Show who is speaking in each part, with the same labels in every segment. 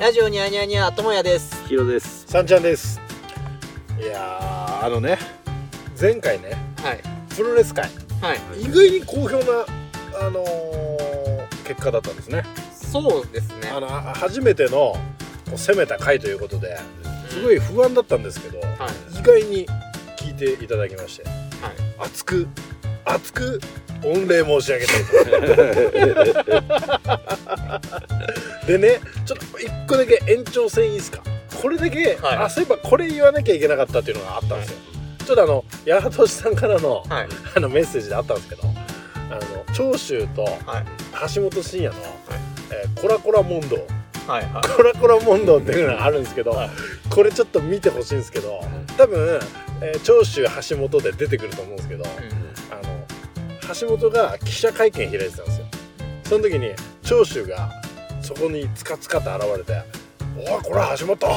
Speaker 1: ラジオにゃにゃにゃともやです
Speaker 2: ヒロです
Speaker 3: さんちゃんですいやーあのね前回ね
Speaker 1: はい
Speaker 3: プロレス界
Speaker 1: はい
Speaker 3: 意外に好評なあのー結果だったんですね
Speaker 1: そうですね
Speaker 3: あのあ初めてのこう攻めた回ということですごい不安だったんですけど、
Speaker 1: はい
Speaker 3: 意外に聞いていただきまして、熱く熱く御礼申し上げたいと思い ますでねちょっと一個だけ延長戦いいですかこれだけ、
Speaker 1: はい
Speaker 3: あそういえばこれ言わなきゃいけなかったっていうのがあったんですよ、ちょっとあの八幡さんからの
Speaker 1: はい
Speaker 3: あのメッセージであったんですけどあの長州と
Speaker 1: はい
Speaker 3: 橋本真也の、えーコラコラ問答
Speaker 1: はいはい
Speaker 3: コラコラ問答っていうのがあるんですけど、これちょっと見てほしいんですけど多分、えー長州橋本で出てくると思うんですけど、あの橋本が記者会見開いてたんですよその時に長州がそこにつかつかと現れて「おいこれ橋本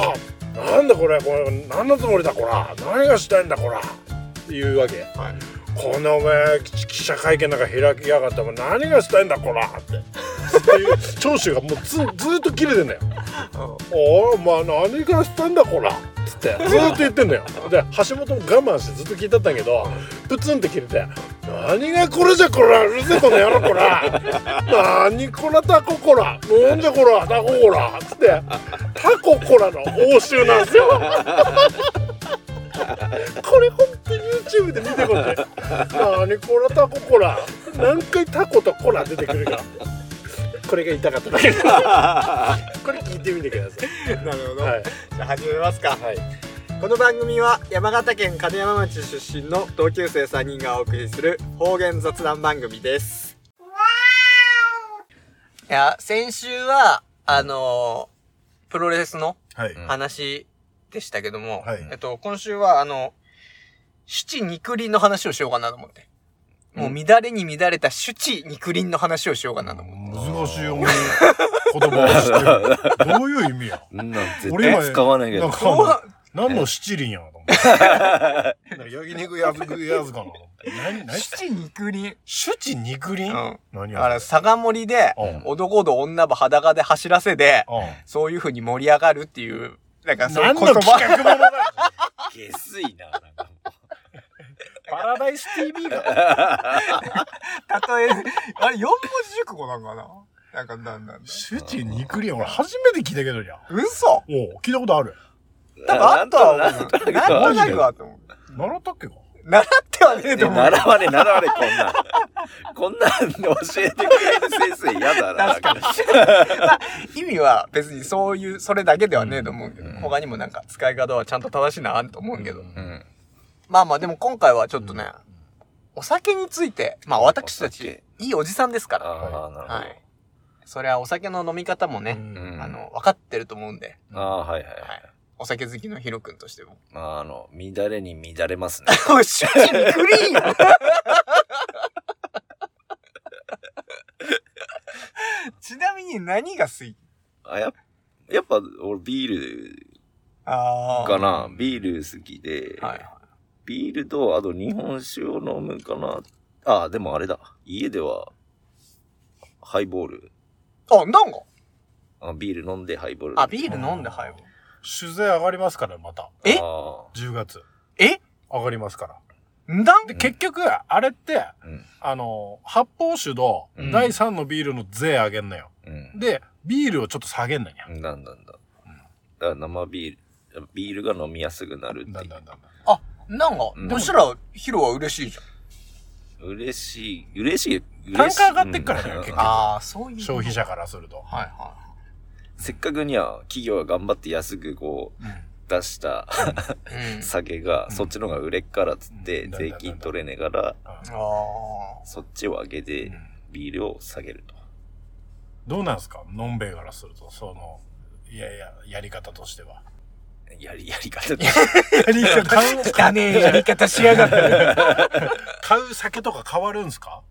Speaker 3: なんだこれこれ何のつもりだこら何がしたいんだこら」っていうわけ
Speaker 1: はい
Speaker 3: このお前記記者会見なんか開きやがってもう何がしたいんだこらってっていう長州がもうずずーっと切れてんだよ「おいお前何がしたいんだこら」つってずーっと言ってんのよで橋本も我慢してずっと聞いたったんやけどプツンって切れて「何がこれじゃこらうるせえこの野郎こら何こらタコこらなんじゃこらタコこら」つってタコこらの応酬なんですよこれ本当に YouTube で見てこれ何こらタコこら何回タコとコラ出てくるかこれが痛かっただけこれ聞いてみてくださ
Speaker 1: なるほど、
Speaker 3: いはい
Speaker 1: じゃあ始めますか
Speaker 3: はい
Speaker 1: この番組は山形県金山町出身の同級生3人がお送りする方言雑談番組です。いや、先週は、あのープロレスの
Speaker 3: はい
Speaker 1: 話でしたけども、
Speaker 3: はい
Speaker 1: えっと、今週はあの、七肉林の話をしようかなと思って。もう乱れに乱れた七肉林の話をしようかなと思
Speaker 4: 難
Speaker 1: って。
Speaker 4: しいお前言葉をしてる。どういう意味や
Speaker 2: なん絶
Speaker 4: 俺今
Speaker 2: 対使わないけ
Speaker 4: な
Speaker 2: ど
Speaker 4: ん
Speaker 1: うわ
Speaker 4: か、何の七輪やなと思って。なんか焼肉やずくやずかなと思って。何、何
Speaker 1: 七肉林。
Speaker 4: 七肉
Speaker 1: う
Speaker 4: 輪
Speaker 1: ん。
Speaker 4: 何
Speaker 1: あ
Speaker 4: や
Speaker 1: れ、酒盛りで、
Speaker 4: うん
Speaker 1: 男と女ば裸で走らせで、
Speaker 4: うん。
Speaker 1: そういう風に盛り上がるっていう、なんかそういう
Speaker 4: 何
Speaker 1: 言
Speaker 4: の企
Speaker 1: 葉。
Speaker 4: 画ものだ
Speaker 2: 下水ななんか
Speaker 4: パラダイス TV が。
Speaker 1: 例え、 あれ、四文字熟語なんかななんか、なんなんだ。
Speaker 4: 七肉輪俺初めて聞いたけどじゃん。
Speaker 1: 嘘
Speaker 4: おう聞いたことある。
Speaker 1: 多分あったは思う。
Speaker 2: なんとなく
Speaker 1: なんとなくはと思う。
Speaker 4: 習ったっけか
Speaker 1: 習ってはねえと思う。
Speaker 2: 習われ習われこんなんこんなん教えてくれる先生嫌だな
Speaker 1: 確かに。意味は別にそういう、それだけではねえと思うけど、他にもなんか使い方はちゃんと正しいなあると思うけど。
Speaker 2: うん
Speaker 1: まあまあ、でも今回はちょっとね、お酒について、まあ私た
Speaker 2: お
Speaker 1: ち
Speaker 2: 酒、
Speaker 1: いいおじさんですから。
Speaker 2: ああなるほど、
Speaker 1: はい。それはお酒の飲み方もね、
Speaker 2: うん
Speaker 1: あの、分かってると思うんで、
Speaker 2: ああはいはい、
Speaker 1: はい。お酒好きのヒロ君として も。
Speaker 2: まああの乱れに乱れますね
Speaker 1: おい、シュチにグリーン ちなみに何が好き
Speaker 2: あやっやっぱ俺ビール
Speaker 1: あ
Speaker 2: かなビール好きで、
Speaker 1: はい。
Speaker 2: ビールとあと日本酒を飲むかなああでもあれだ家ではハイボール
Speaker 1: あ、なんか
Speaker 2: あビール飲んでハイボール
Speaker 1: あ、ビール飲んで入る。
Speaker 4: 酒税上がりますから、また。
Speaker 1: え
Speaker 2: あ
Speaker 4: 10月。
Speaker 1: え
Speaker 4: 上がりますから。
Speaker 1: んだん
Speaker 4: で、結局、あれって、
Speaker 2: あうん
Speaker 4: あの、発泡酒と
Speaker 2: うん
Speaker 4: 第3のビールの税上げんのよ。
Speaker 2: うん
Speaker 4: で、ビールをちょっと下げんのよ。
Speaker 2: なんだんだだから生ビールビールが飲みやすくなるっ
Speaker 4: だ
Speaker 2: て
Speaker 4: ん
Speaker 2: い
Speaker 4: だんだんだん。
Speaker 1: あ、なんか
Speaker 2: う、ん
Speaker 1: そしたら、ヒロは嬉しいじゃん。
Speaker 2: う嬉しい嬉しい嬉
Speaker 4: 単
Speaker 2: しい
Speaker 4: 価上がってっからね
Speaker 2: うん
Speaker 4: 結局
Speaker 1: ああ、そういう。
Speaker 4: 消費。者からすると。
Speaker 1: はいは
Speaker 2: せっかくには企業が頑張って安くこう出した
Speaker 1: い。 うん。
Speaker 2: 酒がそっちの方が売れっからっつって
Speaker 4: うん
Speaker 2: 税金取れねえから
Speaker 1: あ
Speaker 2: そっちを上げ
Speaker 4: う
Speaker 2: て
Speaker 4: ん
Speaker 2: ビールを下げると
Speaker 4: どうなんですかのんべえからすると、その、いやいや、やり方としては。
Speaker 2: やりや り方で
Speaker 4: やり方
Speaker 1: あ。汚ねえやり方しやがって。
Speaker 4: 買う酒とか変わるんすか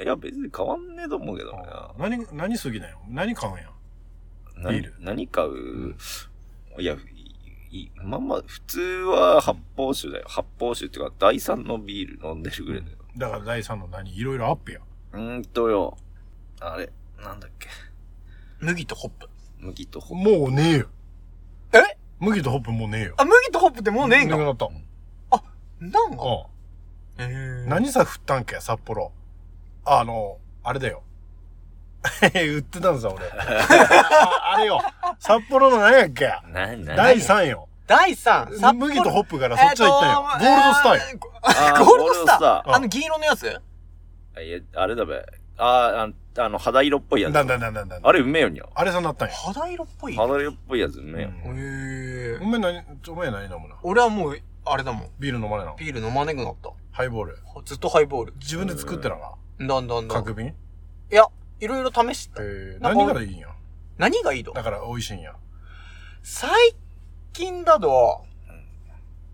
Speaker 2: いや別に変わんねえと思うけどな
Speaker 4: 何、何すぎなんよ何買うんやビ
Speaker 2: 何
Speaker 4: ール
Speaker 2: 何買う、いや、いいまあまあ、普通は発泡酒だよ。発泡酒っていうか、第三のビール飲んでるぐらいだよ。
Speaker 4: だから第3の何いろいろアップや。
Speaker 2: うーんとよ、あれ、なんだっけ。
Speaker 1: 麦とホップ。
Speaker 2: 麦とホッ
Speaker 3: もうねえよ。
Speaker 1: え
Speaker 3: 麦とホップもうねえよ。
Speaker 1: あ、麦とホップってもうねえん
Speaker 3: なく
Speaker 1: か。
Speaker 3: なった。
Speaker 1: なんか。
Speaker 3: う
Speaker 1: えー
Speaker 3: ん。何さ振ったんけ、札幌。あの、あれだよ。 売ってたんさ、俺。ああれよ。札幌の何やっけ
Speaker 2: プ。な、な、
Speaker 3: 第3よ。
Speaker 1: 第3、札
Speaker 3: 麦と
Speaker 1: 幌
Speaker 3: ホップからそっちは行ったんよ。ゴールドスターよ。
Speaker 1: ー
Speaker 2: あ
Speaker 1: ゴールドスター
Speaker 2: ゴ
Speaker 3: ー
Speaker 1: あの銀色のやつ
Speaker 2: ーいや、あれだべ。あー、あんあの、肌色っぽいや
Speaker 3: だん
Speaker 2: つ。
Speaker 3: だんだんだんだん。
Speaker 2: あれうめえよにゃ。
Speaker 3: あれさんなったんや。
Speaker 1: 肌色っぽい。へ
Speaker 2: 肌色っぽいやつうめえよ。
Speaker 3: うん
Speaker 1: え
Speaker 3: お。前何、お前何飲むな
Speaker 1: 俺はもう、あれだもん。
Speaker 3: ビール飲まねえの
Speaker 1: ビール飲まねくなった。
Speaker 3: ハイボール。
Speaker 1: ずっとハイボール。
Speaker 3: 自分で作ってなか
Speaker 1: だんだんだん。
Speaker 3: 角瓶
Speaker 1: いや、いろいろ試し、
Speaker 3: えー、
Speaker 1: なんか
Speaker 3: 何からいいんや。
Speaker 1: 何がいいの
Speaker 3: だから美味しいんや。
Speaker 1: 最近だと、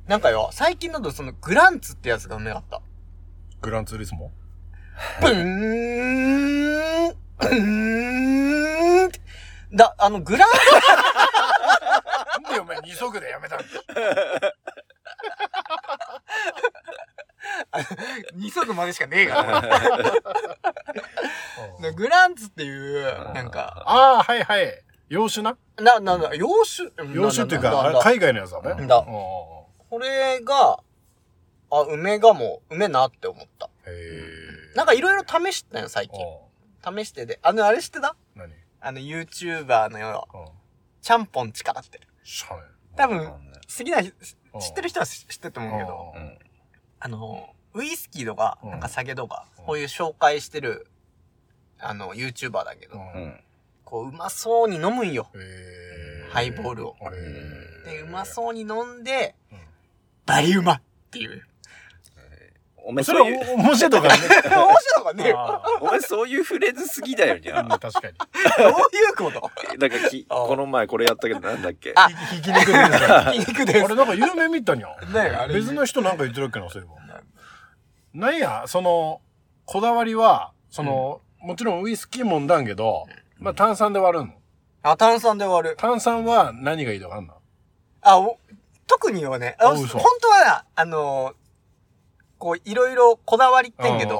Speaker 1: なんかよ、最近だとそのグランツってやつがうめかった。
Speaker 3: グランツーリスモ
Speaker 1: ブーン、ブーンってだ、あの、グラン
Speaker 3: なんでお前二足でやめたんだ
Speaker 1: ツ、二足までしかねえからな。でグランツっていう、なんか、
Speaker 3: ああ、はいはい。洋酒な
Speaker 1: な、なんだ、洋酒
Speaker 3: 洋酒っていうか、あ
Speaker 1: なん
Speaker 3: れ
Speaker 1: だ
Speaker 3: 海外のやつだね。
Speaker 1: だ
Speaker 3: うんうんうん
Speaker 1: これが、あ、梅がもう、梅なって思った。
Speaker 3: へえ。
Speaker 1: なんかいろいろ試したよ、最近。
Speaker 3: う
Speaker 1: 試してて。あの、あれ知ってた
Speaker 3: ん何
Speaker 1: あの、YouTuber のよ、
Speaker 3: うん。
Speaker 1: ちゃんぽんちからって。
Speaker 3: しゃね
Speaker 1: 多分、好きな人、知
Speaker 3: うん
Speaker 1: ってる人は知知ってると思うけど、
Speaker 3: うん
Speaker 1: あの、ウイスキーとか、
Speaker 3: うん
Speaker 1: なんか酒とか
Speaker 3: うん、
Speaker 1: こういう紹介してる、あの、YouTuber だけど、
Speaker 3: う
Speaker 2: うんん。
Speaker 1: こう、うまそうに飲むんよ。
Speaker 3: へー
Speaker 1: ハイボールを。
Speaker 3: へー
Speaker 1: で、うまそうに飲んで
Speaker 3: うん、
Speaker 1: バリうまって いう。
Speaker 2: おめえ
Speaker 3: そ
Speaker 2: そうい
Speaker 3: れ
Speaker 2: う、
Speaker 3: は面白いとこだね。
Speaker 1: 面白いか ね
Speaker 3: あ
Speaker 2: おめえそういうフレーズ好きだ よにゃ
Speaker 3: ーう。ん確かに。
Speaker 1: どういうこと
Speaker 2: なんかき、
Speaker 1: あ
Speaker 2: この前これやったけどなんだっけ
Speaker 1: あ
Speaker 3: ひひき肉でいいん だよ。
Speaker 1: 筋肉です
Speaker 3: あ。れなんか有名見たにゃ。
Speaker 1: ねあれ
Speaker 3: 別の人なんか言ってるっけな、そういえば。なんや、その、こだわりは、その、もちろんウイスキーもんだんけど、まあ炭酸で割るの。
Speaker 1: あ、炭酸で割る。
Speaker 3: 炭酸は何がいいとかあんの
Speaker 1: あ、お特にはね、あ
Speaker 3: あ
Speaker 1: 本
Speaker 3: 嘘
Speaker 1: 当はな、あのーこう、いろいろこだわりってんけど、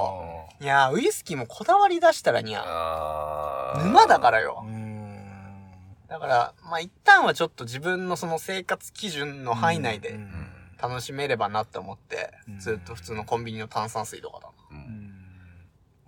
Speaker 3: ど。
Speaker 1: いやー、ウイスキーもこだわり出したらにゃ、
Speaker 2: あー
Speaker 1: 沼だから
Speaker 3: うー
Speaker 1: よ。
Speaker 3: ん。
Speaker 1: だから、まあ、一旦はちょっと自分のその生活基準の範囲内
Speaker 3: う
Speaker 1: で
Speaker 3: ん
Speaker 1: 楽しめればなって思って
Speaker 3: う、ん
Speaker 1: ずっと普通のコンビニの炭酸水とかだな。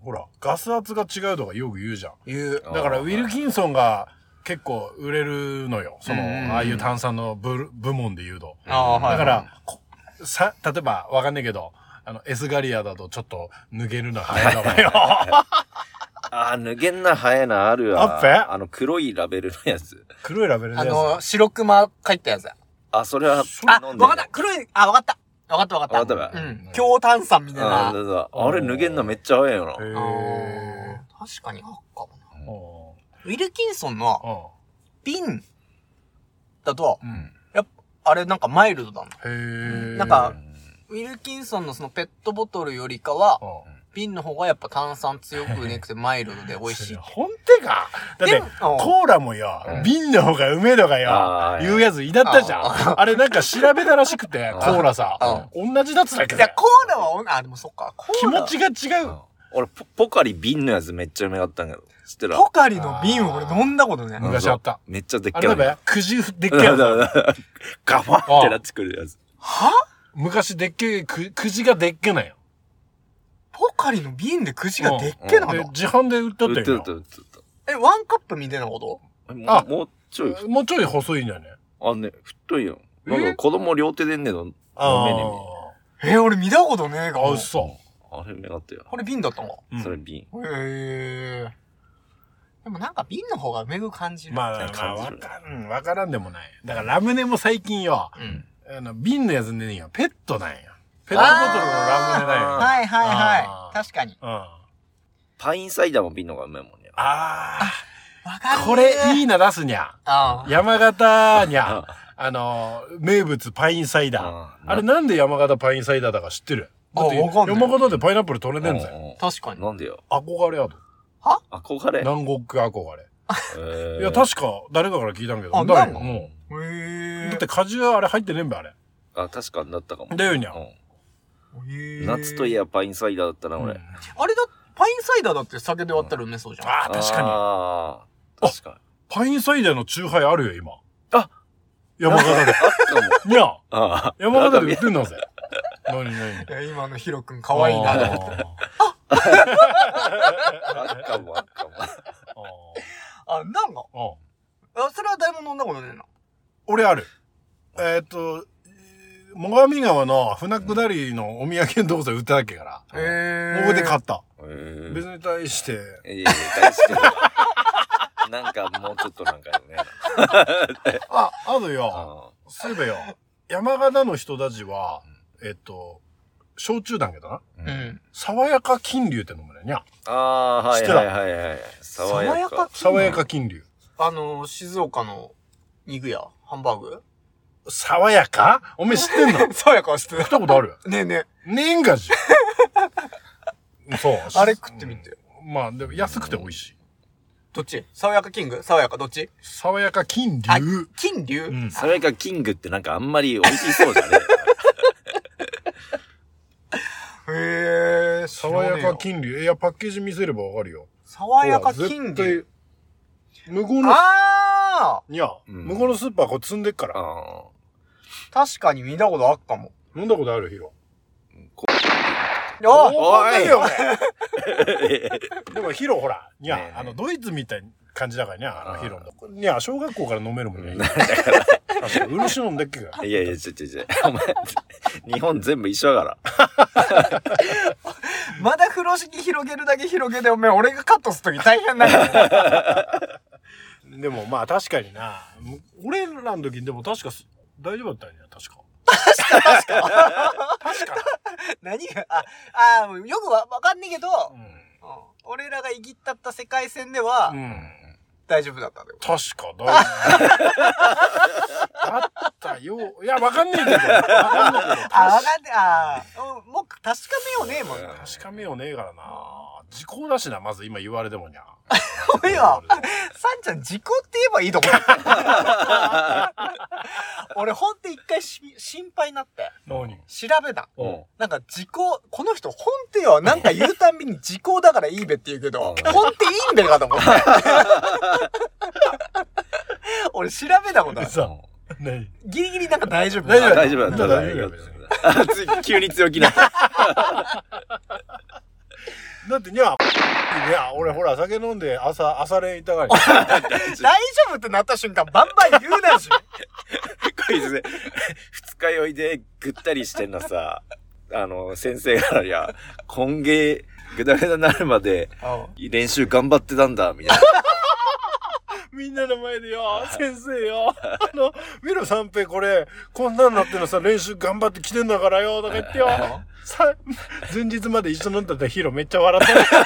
Speaker 3: ほら、ガス圧が違うとかよく言うじゃん。
Speaker 1: いう。
Speaker 2: あー
Speaker 3: だから、ウィルキンソンが結構売れるのよ。その、
Speaker 1: うん
Speaker 3: ああいう炭酸の部部門で言うと。
Speaker 1: あーはい
Speaker 3: だから、こさ、例えば、わかんないけど、あの、エスガリアだとちょっと抜けるの早いのかよ。
Speaker 2: あー、抜けんな早いな、あるわ。
Speaker 3: あっぺ
Speaker 2: あの、黒いラベルのやつ。
Speaker 3: 黒いラベルの
Speaker 1: あ
Speaker 3: やつ。
Speaker 1: の、白熊書いたやつや。
Speaker 2: あ、それは、
Speaker 1: あ、
Speaker 2: 飲んで
Speaker 1: わかった黒い、あ、わかったわかったわか
Speaker 2: わ
Speaker 1: っ
Speaker 2: か
Speaker 1: た。
Speaker 2: った
Speaker 1: う
Speaker 2: べ。
Speaker 1: ん。強炭酸みたいな。
Speaker 2: あーだからあれ、抜けんなめっちゃ早いよな。
Speaker 3: へ
Speaker 1: あ
Speaker 3: ー
Speaker 1: ー確かにあっかもな。
Speaker 3: うん
Speaker 1: ウィルキンソンの瓶だと、
Speaker 3: うん。
Speaker 1: やっぱ、あれなんかマイルドだな。
Speaker 3: へー
Speaker 1: なんか、ウィルキンソンのそのペットボトルよりかは
Speaker 3: う、ん
Speaker 1: 瓶の方がやっぱ炭酸強くねくてマイルドで美味しい。
Speaker 3: 本手かだっ
Speaker 1: で
Speaker 3: て
Speaker 1: も、
Speaker 3: コーラもよ
Speaker 2: うん、
Speaker 3: 瓶の方がうめえのが
Speaker 2: あ
Speaker 3: よ、
Speaker 2: ー
Speaker 3: 言うやついだったじゃん。あれなんか調べたらしくて、コーラさ、同じだったっけ
Speaker 1: い
Speaker 3: だ
Speaker 1: や、
Speaker 3: よ
Speaker 1: コーラはお、あ、でもそっか、コ
Speaker 3: 気
Speaker 1: ーラ。
Speaker 3: 持ちが違う。
Speaker 2: 俺、ポポカリ瓶のやつめっちゃうめかったんやけど。知ってる
Speaker 1: ポカリの瓶を俺飲んだことね。
Speaker 3: 昔あった。
Speaker 2: めっちゃでっ
Speaker 3: あ
Speaker 2: け
Speaker 3: れだ
Speaker 2: えの。
Speaker 3: べ、くじでっけえ
Speaker 2: だ
Speaker 3: やつ
Speaker 2: だだガバってなってくるやつ。
Speaker 1: は
Speaker 3: 昔でっけえく、くじがでっけえなんよ。
Speaker 1: ポカリの瓶でくじがでっけえのか
Speaker 3: で
Speaker 1: な、
Speaker 3: 自販で売っと
Speaker 2: 売
Speaker 3: った
Speaker 2: ってた売っ
Speaker 3: よ
Speaker 2: て。た売って
Speaker 1: え、ワンカップみたいなこと
Speaker 2: た。も
Speaker 3: あ
Speaker 2: うもうちょい、
Speaker 3: もうちょい細いんだよね。
Speaker 2: あんね、太いよ。
Speaker 1: え
Speaker 2: なんか子供両手でんねえの。飲めね
Speaker 1: え、俺見たことねえ
Speaker 3: あ
Speaker 1: か
Speaker 3: ー、
Speaker 1: も
Speaker 3: あ、そ
Speaker 2: えあれめかったよ。
Speaker 1: これ瓶だったのか
Speaker 3: うん
Speaker 2: それ瓶。
Speaker 1: へえ。でもなんか瓶の方がうめく感じる。
Speaker 3: まあ、まあ、
Speaker 2: 感じ
Speaker 3: わ
Speaker 2: る
Speaker 3: かん、わからんでもない。だからラムネも最近よ、
Speaker 1: うん。
Speaker 3: あの、瓶のやつねえよ。ペットなんや。ペットボトルのラムネだよ。
Speaker 1: はいはい
Speaker 3: あ
Speaker 1: はい。
Speaker 3: ー
Speaker 1: 確かに。
Speaker 3: うん。
Speaker 2: パインサイダーも瓶の方がうめえもんね。
Speaker 3: あ
Speaker 1: わか
Speaker 3: あ、これい
Speaker 1: い。
Speaker 3: いな出すにゃ。
Speaker 1: あー
Speaker 3: 山形にゃ
Speaker 2: あ、
Speaker 3: あの、名物パインサイダー。
Speaker 2: あ
Speaker 3: あれなんで山形パインサイダーだか知ってるだって
Speaker 1: あわかんない
Speaker 3: 山形でパイナップル取れねえんだよ。
Speaker 2: よ。
Speaker 1: 確かに。
Speaker 2: なんでよ。
Speaker 3: 憧れやと。
Speaker 2: 憧れ。
Speaker 3: 南国憧れ。
Speaker 2: え
Speaker 3: いや、確か誰かから聞いたんけど。
Speaker 1: あ
Speaker 3: だよ
Speaker 1: なん
Speaker 3: もう
Speaker 1: へえ。
Speaker 3: だって果汁はあれ入ってねえんべ、あれ。
Speaker 2: か。あ、確かになったかも。
Speaker 3: だよにゃ
Speaker 2: うん
Speaker 1: へー
Speaker 2: 夏といえばパインサイダーだったな、俺。
Speaker 3: うん
Speaker 1: あれだ、パインサイダーだって酒で割ったらうめそうじゃん。
Speaker 3: ああ、確かに。
Speaker 2: あー確か
Speaker 3: パインサイダーのチューハイあるよ、今。
Speaker 2: あ
Speaker 3: 山形 で。にゃ
Speaker 2: ああ。
Speaker 3: 山
Speaker 2: なん
Speaker 3: 形
Speaker 2: か
Speaker 3: で売
Speaker 2: み
Speaker 3: ってんだぜ。なになに
Speaker 1: いや今のヒロ君可愛いなと思って。
Speaker 3: あー
Speaker 2: あっかもあっかも。
Speaker 3: あ
Speaker 1: あ、なんか、
Speaker 3: ーあー
Speaker 1: あそれは誰も飲んだことねえな。
Speaker 3: 俺ある。えーっと、えー最上川の船下りのお土産のとこで売ってたっけから。
Speaker 1: へ
Speaker 3: ここで買った。
Speaker 2: うん
Speaker 3: 別に対して、
Speaker 2: いやいや、大好きだよなんかもうちょっとなんかね。
Speaker 3: あ、あるよ。
Speaker 2: あ
Speaker 3: そういえばよ、山形の人たちは、えっと、焼酎だけどな。
Speaker 2: ー
Speaker 1: う。ん。
Speaker 3: 爽やか金龍って飲むねにゃ。
Speaker 2: あー、はいはいはいはい。爽やか。
Speaker 3: 爽やか金龍。
Speaker 1: あの、静岡の肉屋、ハンバーグ
Speaker 3: 爽やかおめえ知ってんの食っ
Speaker 1: 爽やかは知ってた。
Speaker 3: たことある
Speaker 1: ねえね
Speaker 3: ねえんがじ。そう
Speaker 1: え。。 あれ食ってみて。
Speaker 3: うん。まあ、でも安くて美味しい。
Speaker 1: どっち爽やかキング爽やかどっち
Speaker 3: 爽やか金
Speaker 1: あ
Speaker 3: 龍。、
Speaker 1: 金龍、
Speaker 3: うん。
Speaker 2: 爽やかキングってなんかあんまり美味しそうじゃね
Speaker 1: へえ。
Speaker 3: 爽やか
Speaker 1: キン
Speaker 3: 金龍。いや、パッケージ見せればわかるよ。
Speaker 1: 爽やか金
Speaker 3: ほら
Speaker 1: 龍。
Speaker 3: 絶対向こうの、
Speaker 1: ああ
Speaker 3: いや、
Speaker 2: うん
Speaker 3: 向こうのスーパーこう積んでっか。
Speaker 2: えからあ
Speaker 1: 確かに見たことあっかも。
Speaker 3: 飲んだことあるヒロ。
Speaker 1: あ
Speaker 2: おい
Speaker 3: 飲んで るよ俺
Speaker 2: ー。
Speaker 3: でもヒロほら、に
Speaker 2: ねえね
Speaker 3: ゃ、
Speaker 2: え
Speaker 3: あの、ドイツみたいな感じだからにゃ、あ
Speaker 2: あ
Speaker 3: の
Speaker 2: ー
Speaker 3: ヒロの。にゃ、小学校から飲めるも んね。確かに漆飲んだっけか。
Speaker 2: いやいや、ちょちょちょ。お前、日本全部一緒だから。
Speaker 1: まだ風呂敷広げるだけ広げて、おめえ俺がカットするとき大変だよ。
Speaker 3: でもまあ確かにな、む俺らの時でも確かす大丈夫だったんや、確か。確か、確か。確か。
Speaker 1: 何が、あ、あーよくわわかんねえけど、うん俺らがいぎったった世界戦では
Speaker 3: う、ん。うん
Speaker 1: 大丈夫だったんだよ。
Speaker 3: 確かだ。だったよ。いや、わかんねえけど。わかんねえけど。
Speaker 1: あ、わかんねあーうんもう確かめようねえもん。
Speaker 3: 確かめようねえからな。時効だしな、まず今言われてもにゃ。
Speaker 1: おいよ、さんちゃん、時効って言えばいいとこだ俺、ほんと一回し心配になって、
Speaker 3: 何
Speaker 1: 調べた。
Speaker 3: うん
Speaker 2: うん
Speaker 1: なんか、時効、この人、ほんとよ、なんか言うたんびに時効だからいいべって 言うけど、
Speaker 2: うん
Speaker 1: ほんといいんべかと思って。 俺、調べたことある。
Speaker 3: さ、何
Speaker 1: ギリギリなんか大丈夫。
Speaker 3: 大
Speaker 2: あ大丈夫だった。
Speaker 3: 大丈夫だ
Speaker 2: あつい 急に強気な。
Speaker 3: だってにゃ、いや、俺ほら、酒飲んで朝、朝練行ったからに。
Speaker 1: 大丈夫ってなった瞬間、バンバン言うなし。
Speaker 2: こいつね、 二日酔いでぐったりしてんのさ、あの、先生からいや、今芸、ぐだぐだになるまで、練習頑張ってたんだ、みたい
Speaker 3: みんなの前でよ、先生よ、あの、見ろ三平これ、こんなんなってんのさ、練習頑張ってきてんだからよ、とか言ってよ。さ、前日まで一緒に飲んだったヒロめっちゃ笑ったね。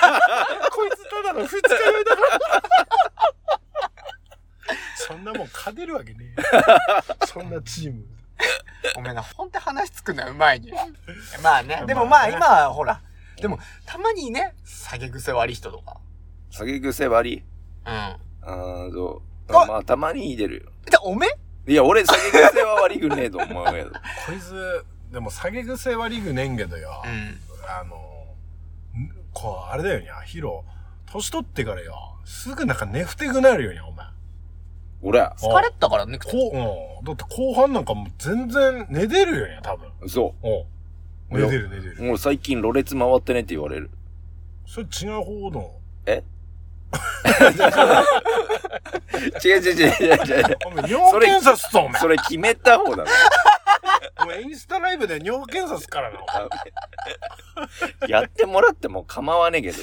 Speaker 3: こいつただの二日酔いだから。そんなもん勝てるわけねえよ。そんなチーム。
Speaker 1: ごめんな、ほんと話つくのはう まいに。まあね、でもま
Speaker 3: まあ
Speaker 1: あ
Speaker 3: ね
Speaker 1: 今はほら、でもたまにね、酒癖悪い人とか。
Speaker 2: な。酒癖悪い。
Speaker 1: うん。
Speaker 2: あーそう。
Speaker 1: あ
Speaker 2: まあ、たまに出るよ。
Speaker 1: じゃ、おめ
Speaker 2: いや、俺、酒癖は悪くねえと思うけど。
Speaker 3: こいつ、でも下げ癖はリグねんけどよ。
Speaker 1: ん。
Speaker 3: あの、んこう、あれだよにゃ、ヒロ、年取ってからよ、すぐなんか寝ふてくなるよにゃ、お前。
Speaker 2: 俺、
Speaker 1: 疲れてたからね、
Speaker 3: こう、うん。だって後半なんかもう全然寝てるよね、多分。
Speaker 2: そ
Speaker 3: うん。
Speaker 2: いや
Speaker 3: 寝てる寝て
Speaker 2: う。
Speaker 3: る。
Speaker 2: もう最近、ろれつ回ってねって言われる。
Speaker 3: それ違う方 の。お
Speaker 2: 違う違う違う違う違う。
Speaker 3: 前尿検査すっぞ、お前。
Speaker 2: それ決めた方だな。
Speaker 3: お前インスタライブで尿検査すっからな、お前。
Speaker 2: やってもらっても構わねえけど。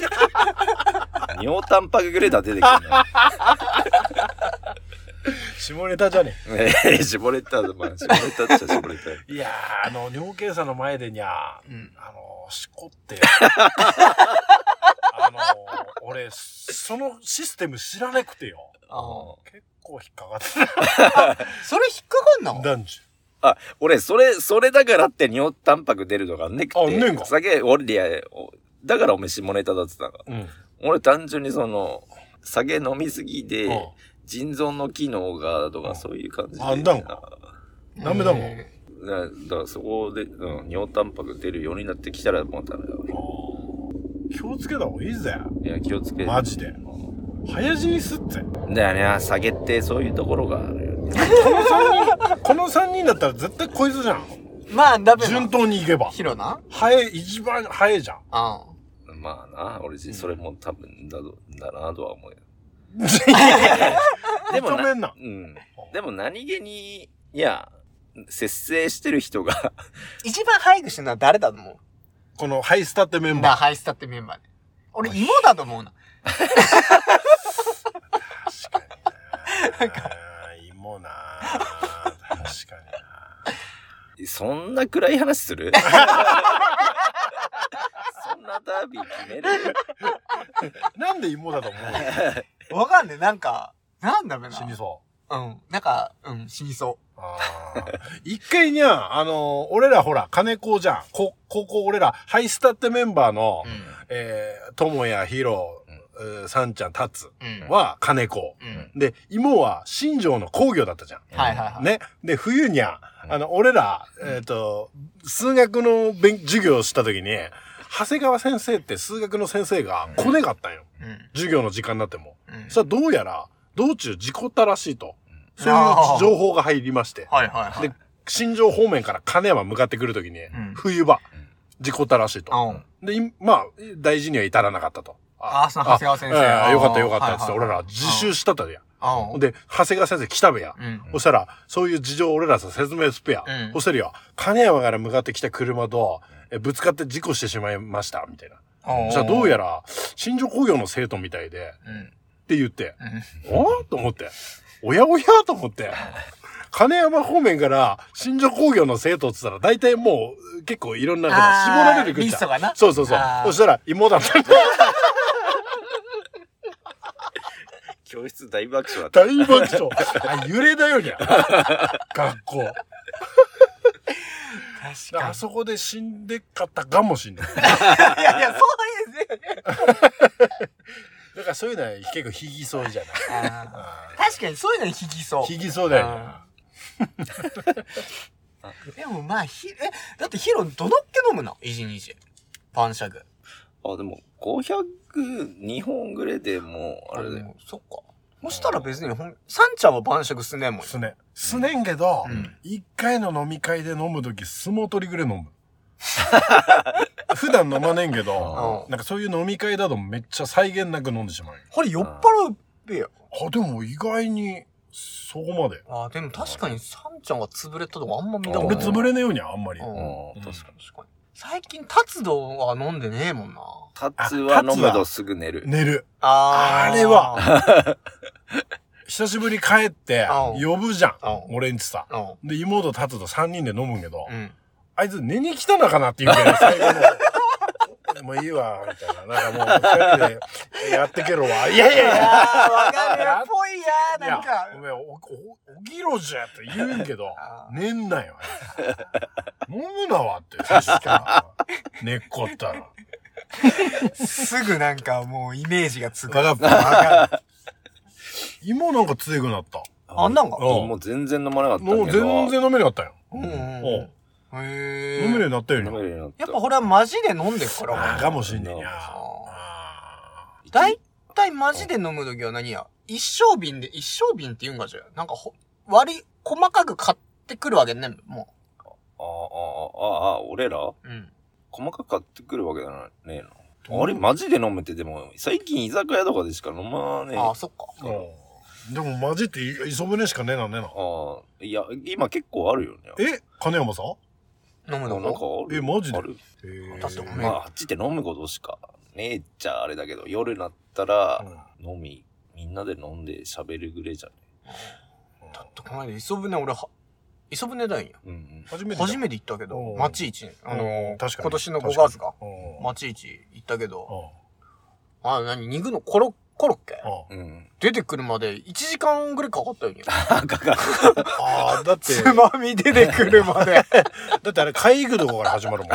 Speaker 2: 尿タンパクグレーダー出てきてね。
Speaker 3: 下ネタじゃね
Speaker 2: ええ、 絞れた、まあ、絞れたっちゃ絞れたよ。
Speaker 3: え。いやー、あの、尿検査の前でにゃ
Speaker 1: う
Speaker 3: ー、
Speaker 1: ん。
Speaker 3: あのー、しこって。 あのー、俺、そのシステム知らなくてよ。
Speaker 1: あ
Speaker 3: 結構引っかかって
Speaker 1: それ引っかかん
Speaker 3: た。
Speaker 1: の
Speaker 3: 男児。
Speaker 2: あ、俺、それ、それだからって尿タンパク出るとかねくて。
Speaker 3: あねえんか
Speaker 2: 酒、俺、いや、おだからおめえ下ネタだって言ってたのか。
Speaker 3: うん。
Speaker 2: 俺、単純にその、酒飲みすぎで、
Speaker 3: うん
Speaker 2: 腎臓の機能が、と
Speaker 3: うん
Speaker 2: か、そういう感じで。
Speaker 3: あんだんかダメだもん
Speaker 1: う
Speaker 2: だだから、そこで、うん、尿タンパク出るようになってきたら、もうダメだよ。
Speaker 3: 気をつけた方がいいぜ。
Speaker 2: いや、気をつけて。
Speaker 3: マジで
Speaker 2: うん
Speaker 3: 早死にすって。
Speaker 2: だよね、下げってそういうところがあるよね。
Speaker 3: この3人だったら絶対こいつじゃん。
Speaker 1: まあ、ダメ
Speaker 3: 順
Speaker 1: な。
Speaker 3: 当に行けば。
Speaker 1: ヒロな
Speaker 3: 早い、一番早いじゃん。
Speaker 1: うん。
Speaker 2: まあな、俺、それも多分だぞだなとは思うよ。でも
Speaker 3: 認めんな。
Speaker 2: うん。 でも何気に、いや、節制してる人が、
Speaker 1: 一番ハイグしてるのは誰だと思
Speaker 3: このハイスタってメ
Speaker 1: う
Speaker 3: ン
Speaker 1: なあ、
Speaker 3: バ
Speaker 1: ハイスタってメンバーで。俺、芋だと思うな。
Speaker 3: ー。なんか。芋なー確かに
Speaker 2: そんな暗い話する そんなダービー決める
Speaker 3: な。なんで芋だと思う
Speaker 1: わかんねえ、なんか、なんだめな。
Speaker 3: 死にそう。
Speaker 1: うん。なんか、うん、死にそ
Speaker 3: あー一回にゃ、あのー俺らほら、金子じゃん。こ、高校俺ら、ハイスタってメンバーの、
Speaker 1: う。うん。
Speaker 3: えー、ともや、ひろ、うーさんちゃん、たつ
Speaker 1: うん。
Speaker 3: は金子。
Speaker 1: うん。
Speaker 3: で、芋は新庄の工業だったじゃん。
Speaker 1: はいはいはい。。
Speaker 3: ね。で、冬にゃ、あの、俺ら、えっ、と、数学の勉授業をした時に、長谷川先生って数学の先生が来ねかったんよ。
Speaker 1: うん。
Speaker 3: 授業の時間になっても。
Speaker 1: うん
Speaker 3: そしたらどうやら、道中事故ったらしいと。
Speaker 1: ん
Speaker 3: そういう情報が入りまして。
Speaker 1: はいはいはい。
Speaker 3: で、新庄方面から金山向かってくるときに、
Speaker 1: ん
Speaker 3: 冬場、事故ったらしいと。
Speaker 1: うん。
Speaker 3: で、いまあ、大事には至らなかったと。
Speaker 1: あその長谷川先生
Speaker 3: あええよかったよかっ
Speaker 1: は
Speaker 3: た
Speaker 1: い
Speaker 3: っつって、
Speaker 1: はい
Speaker 3: 俺ら自習したとや。
Speaker 1: うん。
Speaker 3: で、長谷川先生来たべや。
Speaker 1: うん。
Speaker 3: そしたら、そういう事情を俺らさ、説明すっぺや。
Speaker 1: うん
Speaker 3: そしたらよ、金山から向かってきた車と、えぶつかって事故してしまいました、みたいな。そしたらどうやら、新庄工業の生徒みたいで、
Speaker 1: うん。
Speaker 3: って言って、
Speaker 1: うん。
Speaker 3: おと思って。おやおやと思って。金山方面から新庄工業の生徒って言ったら大体もう結構いろんなこと絞られてくるじ
Speaker 1: リスト
Speaker 3: ゃ。。
Speaker 1: がなん
Speaker 3: そうそうそう
Speaker 1: あ。ー
Speaker 3: そしたら芋だった。
Speaker 2: 教室大爆笑だった。
Speaker 3: 大爆笑。あ、揺れだよにゃ。学校。
Speaker 1: 確か
Speaker 3: あそこで死んでっかったかもしんない。
Speaker 1: に。いやいや、そういうね。
Speaker 3: だからそういうのは結構ひぎそうじゃない。
Speaker 1: 確かにそういうのに引きそう。
Speaker 3: ひぎそうだよね。
Speaker 1: うん でもまあ、ひ、え、だってヒロどのっけ飲むの一日。パンシャグ。
Speaker 2: あ、でも、502本ぐらいでもう、あれだよ。
Speaker 1: もそっか。そしたら別にほん、サンちゃんは晩酌すねえもんね。
Speaker 3: すね。すねんけど
Speaker 1: うん、
Speaker 3: 一、回の飲み会で飲むとき、相撲取りぐらい飲 む。普段飲まねんけど
Speaker 1: う、ん
Speaker 3: なんかそういう飲み会だとめっちゃ際限なく飲んでしまうよ。
Speaker 1: これ酔っ払うべよ。
Speaker 3: あ、でも意外に、そこまで。
Speaker 1: ああ、でも確かにサンちゃんが潰れたとこあんま見たこと
Speaker 3: 俺
Speaker 1: ない。
Speaker 3: 潰れねえようにはあんまり。
Speaker 1: う
Speaker 2: うんん、確かに。
Speaker 1: 確かに。最近、達道は飲んでねえもんな。
Speaker 2: タツは飲むとすぐ寝る。
Speaker 3: 寝る。
Speaker 1: あ
Speaker 3: ーあれは。久しぶり帰って、
Speaker 1: うん
Speaker 3: 呼ぶじゃん
Speaker 1: う。ん
Speaker 3: 俺んちさ。
Speaker 1: う
Speaker 3: で、妹と達と3人で飲むんけど、
Speaker 1: ん。うん。
Speaker 3: あいつ寝に来たのかなって言うけど、最後の。もういいわ、みたいな。なんかもう、二人でやってけろわ。いやいやい
Speaker 1: あ
Speaker 3: や。
Speaker 1: あ、わかるよ。ぽ いやー、
Speaker 3: い
Speaker 1: なん
Speaker 3: や
Speaker 1: か、。
Speaker 3: おめえお、お、おぎろじゃって言うんけど
Speaker 1: あ、
Speaker 3: 寝んなよ。飲むなわって、確かに。寝っこったら。
Speaker 1: すぐなんかもうイメージがつく。
Speaker 3: わかる。芋なんか強くなった。
Speaker 1: あんなんが
Speaker 3: うん
Speaker 2: もう全然飲まなかったんだ
Speaker 3: もう
Speaker 2: けど。
Speaker 3: 全然飲めなかったよ。
Speaker 1: うんうん
Speaker 3: おう
Speaker 1: うん。へえ。
Speaker 3: 飲めるようになったよ
Speaker 2: 飲め
Speaker 3: ね。
Speaker 2: るようになった。
Speaker 1: やっぱこれはマジで飲んでるか
Speaker 3: あ
Speaker 1: ら。
Speaker 3: ーかもしんねえにゃ。
Speaker 1: あ
Speaker 3: あ
Speaker 1: ーだいたいマジで飲むときは何や一升瓶で、一升瓶って言うんかじゃん。なんかほ、割り、細かく買ってくるわけね、も
Speaker 2: ああ、ああ、ああ、俺ら
Speaker 1: う。うん。
Speaker 2: 細かく買ってくるわけじゃねえの。あれ、マジで飲むって、でも、最近居酒屋とかでしか飲まねえ。
Speaker 1: あ
Speaker 2: あ
Speaker 1: あ、そっか。
Speaker 3: ーうんでもマジって磯船しかねえなねえな。
Speaker 2: あ、いや、今結構あるよね。
Speaker 3: え金山さん
Speaker 1: 飲む
Speaker 2: な
Speaker 1: の
Speaker 2: んか
Speaker 1: も。
Speaker 2: ある
Speaker 3: えマジで
Speaker 2: ある
Speaker 1: だってお前
Speaker 2: まあ、あっちって飲むことしかねえっちゃあれだけど、夜になったら、飲み、みんなで飲んで喋るぐらいじゃね
Speaker 1: だってこの間、磯船俺は、磯船だんや。
Speaker 2: え。うんうん。
Speaker 3: 初めてだ。
Speaker 1: 初めて行ったけど
Speaker 3: う、ん
Speaker 1: 町市、あのー、
Speaker 3: 確かに
Speaker 1: 今年の5月か。
Speaker 3: うん。うん
Speaker 1: 町市行ったけど、あ、何、肉のコロ、コロッケ
Speaker 2: うん。
Speaker 1: 出てくるまで1時間ぐらいかかったよね。
Speaker 2: あ、かかる。
Speaker 3: ああ、だって、
Speaker 1: つまみ出てくるまで。
Speaker 3: だってあれ、会議とかから 始まるもん。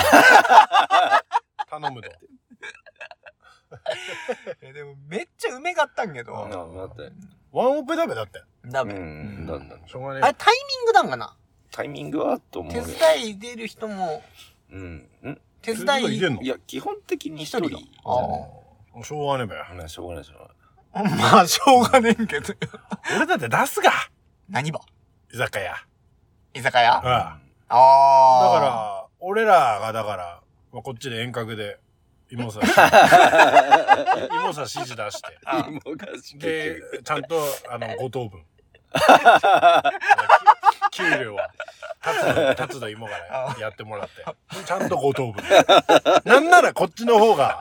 Speaker 3: 頼むと。
Speaker 1: えでもめっちゃうめかったんけど。
Speaker 2: ななって。
Speaker 3: ワンオペだべ、だって。
Speaker 1: ダ
Speaker 2: う
Speaker 1: メ。
Speaker 2: ん。だんだん。
Speaker 3: しょうがねえ
Speaker 1: あれタイミングなんかな
Speaker 2: タイミングはと思う
Speaker 1: 手
Speaker 2: よ。
Speaker 1: 伝い出る人も、
Speaker 2: うん。ん
Speaker 1: 手伝
Speaker 3: そ
Speaker 1: い
Speaker 3: れで。も入れんの
Speaker 2: いや、基本的に一人。
Speaker 1: ああ。
Speaker 3: しょうがねえべ。
Speaker 2: なしょうがないでしょうがない。
Speaker 1: まあ、しょうがねえけど。
Speaker 3: 俺だって出すが、
Speaker 1: 何ば
Speaker 3: 居酒屋。
Speaker 1: 居酒屋
Speaker 3: うん。だか
Speaker 1: ああ。、
Speaker 3: ら、俺らがだから、まあ、こっちで遠隔で、芋 さ、芋さ指示出して。
Speaker 2: 芋がし結
Speaker 3: で
Speaker 2: 局、
Speaker 3: ちゃんと、あの、5 等分。給料は、立つ立つと芋がね、やってもらって。ちゃんと5等分。なんならこっちの方が、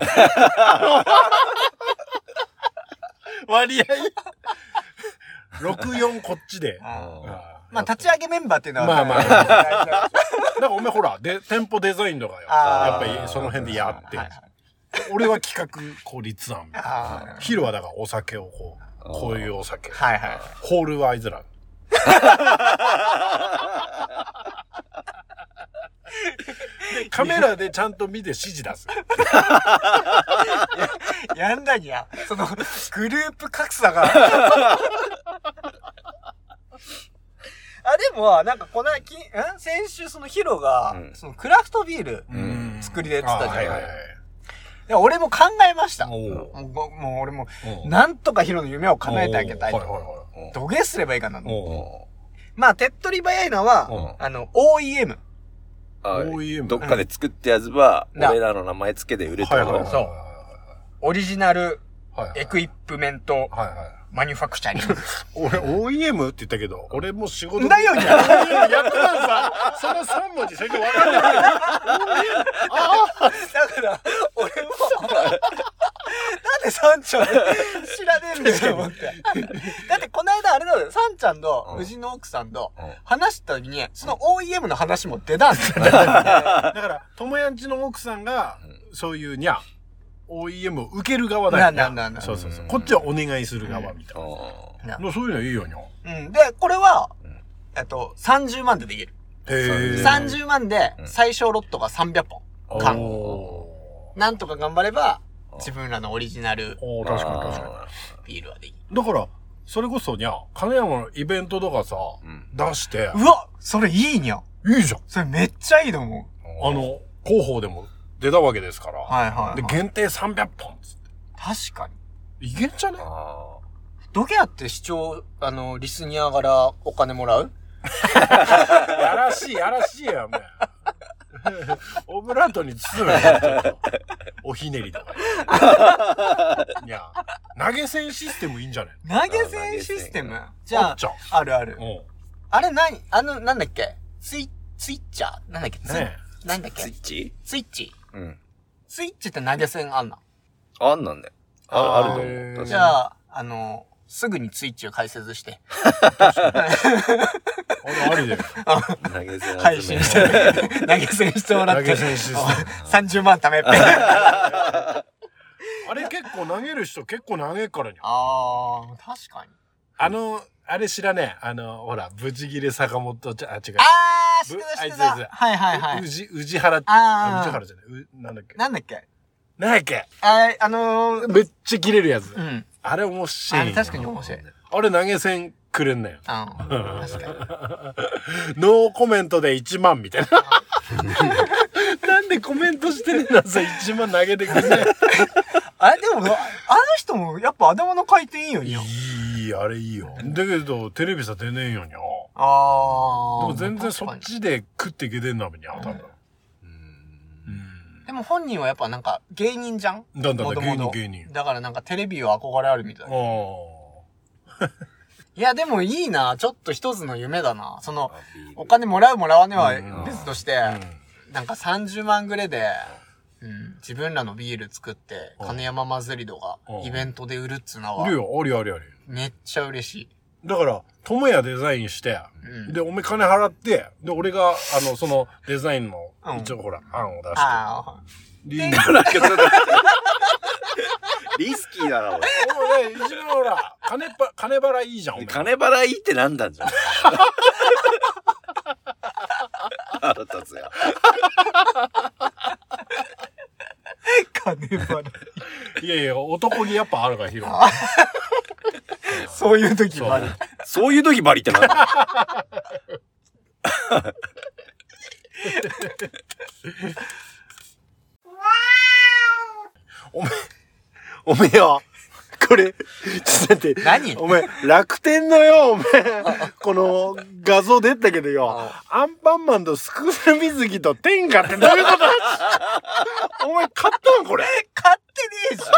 Speaker 3: 割合、64こっちで。
Speaker 1: うん
Speaker 2: うん
Speaker 1: まあ、立ち上げメンバーっていうのは。
Speaker 3: まあまあ
Speaker 1: 大事だ
Speaker 3: だからお前ほら、で、店舗デザインとかよ。や
Speaker 1: あ
Speaker 3: っ
Speaker 1: ー
Speaker 3: ぱりその辺でやって
Speaker 1: は。いはい
Speaker 3: 俺は企画、こう立案。
Speaker 1: あー
Speaker 3: 昼はだからお酒をこう、こういうお酒。
Speaker 1: はいはい。
Speaker 3: ホールはあいつら。でカメラでちゃんと見て指示出す。
Speaker 1: やんだにゃ。その、グループ格差 が。あ、でも、なんかこの、きん先週そのヒロが、
Speaker 2: うん
Speaker 1: そのクラフトビール、
Speaker 2: ん
Speaker 1: 作りでやってたじゃん
Speaker 3: あはいはいはい。
Speaker 1: いや俺も考えました。も
Speaker 3: お
Speaker 1: うごもう俺も、
Speaker 3: お
Speaker 1: なんとかヒロの夢を叶えてあげたい
Speaker 3: はいはい
Speaker 1: と。土
Speaker 3: は
Speaker 1: 下すればいいかなと
Speaker 3: い。お
Speaker 1: まあ、手っ取り早いのは、
Speaker 3: う
Speaker 1: あの、OEM。
Speaker 2: あ
Speaker 3: OEM
Speaker 2: どっかで作ったやつば、
Speaker 1: な
Speaker 2: 俺らの名前つけて売れ
Speaker 3: はい
Speaker 2: た
Speaker 3: はいはい。
Speaker 2: の。
Speaker 1: そうオリジナル
Speaker 3: はいはい。
Speaker 1: エクイプメント
Speaker 3: はいはい。
Speaker 1: マニュファクチャリング。
Speaker 3: 俺、OEM って言ったけど、俺も仕事で
Speaker 1: だよにゃ
Speaker 3: やってたらさ、その3文字全然わかんない。
Speaker 1: だから、俺も、なんでサンちゃん知らねえんだよ、思って。だってこの間あれだよ、サンちゃんと、うちの奥さんと
Speaker 2: うん、
Speaker 1: 話した時に、その OEM の話も出たんだよ。
Speaker 3: だから、ともやんちの奥さんが、そういうにゃ、OEM を受ける側だ
Speaker 1: な
Speaker 3: よ
Speaker 1: んなんなんなん
Speaker 3: そうそうそうう。
Speaker 2: ん
Speaker 3: こっちはお願いする側みたい
Speaker 2: うん
Speaker 1: う
Speaker 3: な。
Speaker 1: ん
Speaker 3: もうそういうのいいよにゃ。
Speaker 1: うん。で、これは、えっと、30万でできる。
Speaker 3: へ
Speaker 2: ー
Speaker 1: 30万で、
Speaker 2: うん
Speaker 1: 最小ロットが300本。缶
Speaker 3: お
Speaker 1: なんとか頑張れば、自分らのオリジナル
Speaker 3: ーおー確かに確か
Speaker 2: あ
Speaker 1: ビールはできる。
Speaker 3: に。だから、それこそにゃ、金山のイベントとかさ、
Speaker 2: ん
Speaker 3: 出して、
Speaker 1: うわそれいいにゃ。
Speaker 3: いいじゃん。
Speaker 1: それめっちゃいいと思う。
Speaker 3: あの、広報でも出たわけですから。
Speaker 1: はいはいはい
Speaker 3: で、限定300本っつって。
Speaker 1: 確かに。
Speaker 3: いけんじ ゃね
Speaker 2: あ
Speaker 1: どけやって視聴、あの、リスニアからお金もらう
Speaker 3: やらしい、やらしいや、お前。 オブラートに包むよちょっとおひねりとか。 いや、投げ銭システムいいんじゃね
Speaker 1: 投げ銭システムじ
Speaker 3: あ
Speaker 1: ゃ
Speaker 3: っ
Speaker 1: あ
Speaker 3: ちゃん、
Speaker 1: あるある。
Speaker 3: お
Speaker 1: あれ何あの、なんだっけツイ、ツイッチャーなんだっけツイ
Speaker 3: ね
Speaker 1: なんだっ
Speaker 2: ースイ
Speaker 1: け
Speaker 2: ッチ
Speaker 1: ツイッチ
Speaker 2: うん。
Speaker 1: ツイッチって投げ銭あんな
Speaker 2: あんなんね。ああると思
Speaker 3: あ
Speaker 2: う
Speaker 3: ー
Speaker 2: 確
Speaker 1: じ
Speaker 2: か
Speaker 1: ゃあ、あの、すぐにツイッチを解説して、
Speaker 3: あれありだよ。
Speaker 2: に。投げ銭集め
Speaker 1: 配信して、 投げ銭してもらって。
Speaker 3: 投げ銭システム
Speaker 1: 30万貯めっ ぺ。あ
Speaker 3: あれ結構投げる人結構投げるからにゃ。
Speaker 1: あー、確かに。
Speaker 3: あの、あれ知らねえ。あの、ほら、ブチギレ坂本ちゃん、あ、違う。
Speaker 1: あー、知ってた
Speaker 3: ぶ
Speaker 1: 知って
Speaker 3: あいつい
Speaker 1: た。
Speaker 3: つ
Speaker 1: はいはいは
Speaker 3: う
Speaker 1: い。
Speaker 3: じ、うじはら、
Speaker 1: あー
Speaker 3: うじはらじゃない。う、なんだっけ。
Speaker 1: なんだっけ
Speaker 3: なんだっけ。
Speaker 1: あー、あのー、
Speaker 3: めっちゃ切れるやつ
Speaker 1: う。ん。
Speaker 3: あれ面白い
Speaker 1: あ
Speaker 3: よな。
Speaker 1: れ確かに面白い。うん。
Speaker 3: あれ投げ銭くれんなよ。
Speaker 1: 確かに。
Speaker 3: ノーコメントで1万みたい な。なんでコメントしてるんださ、1万投げてくれない。
Speaker 1: あれでも、あの人もやっぱ頭の回転いいよにゃ。
Speaker 3: いい、あれいいよ。だけど、テレビさ出ねえよにゃ。で
Speaker 1: あ
Speaker 3: も全然そっ。ちで食っていけてんなみにゃ、多分。
Speaker 1: でも本人はやっぱなんか芸人じゃん
Speaker 3: だんだん
Speaker 1: もと
Speaker 3: 芸
Speaker 1: も
Speaker 3: 人
Speaker 1: と
Speaker 3: 芸人。
Speaker 1: だからなんかテレビは憧れあるみたい
Speaker 3: あ
Speaker 1: な。いやでもいいな。ちょっと一つの夢だな。その、お金もらうもらわねは別として、なんか30万ぐらいで、うん、自分らのビール作って、金山マズリドが
Speaker 3: うん
Speaker 1: イベントで売るっつうの
Speaker 3: あ。いる
Speaker 1: は、
Speaker 3: よ、ありありあり。
Speaker 1: めっちゃ嬉しい。
Speaker 3: だから、友也デザインして、
Speaker 1: うん
Speaker 3: で、おめ金払って、で、俺が、あの、その、デザインの
Speaker 1: う、ん
Speaker 3: 一応ほら、案を出して。
Speaker 1: あ
Speaker 3: リン
Speaker 2: なんかちょっとリスキーだな、俺。
Speaker 3: お前、一番ほら、金ば、金払いいじゃん、お前
Speaker 2: 金払いってなんだんじゃん。腹立つや。
Speaker 1: あ。 金払い。
Speaker 3: いやいや、男気やっぱあるから、ヒロ。
Speaker 1: そういう時もある。
Speaker 2: そういう時バリってなんだ
Speaker 3: おめえ、おめえは、これ、ちょっと待って。
Speaker 1: 何
Speaker 3: お前、楽天のよ、お前。この画像出たけどよ。アンパンマンとスクール水着と天下ってどういうことお前、買ったんこれ。
Speaker 1: 勝手にいいじゃん。 い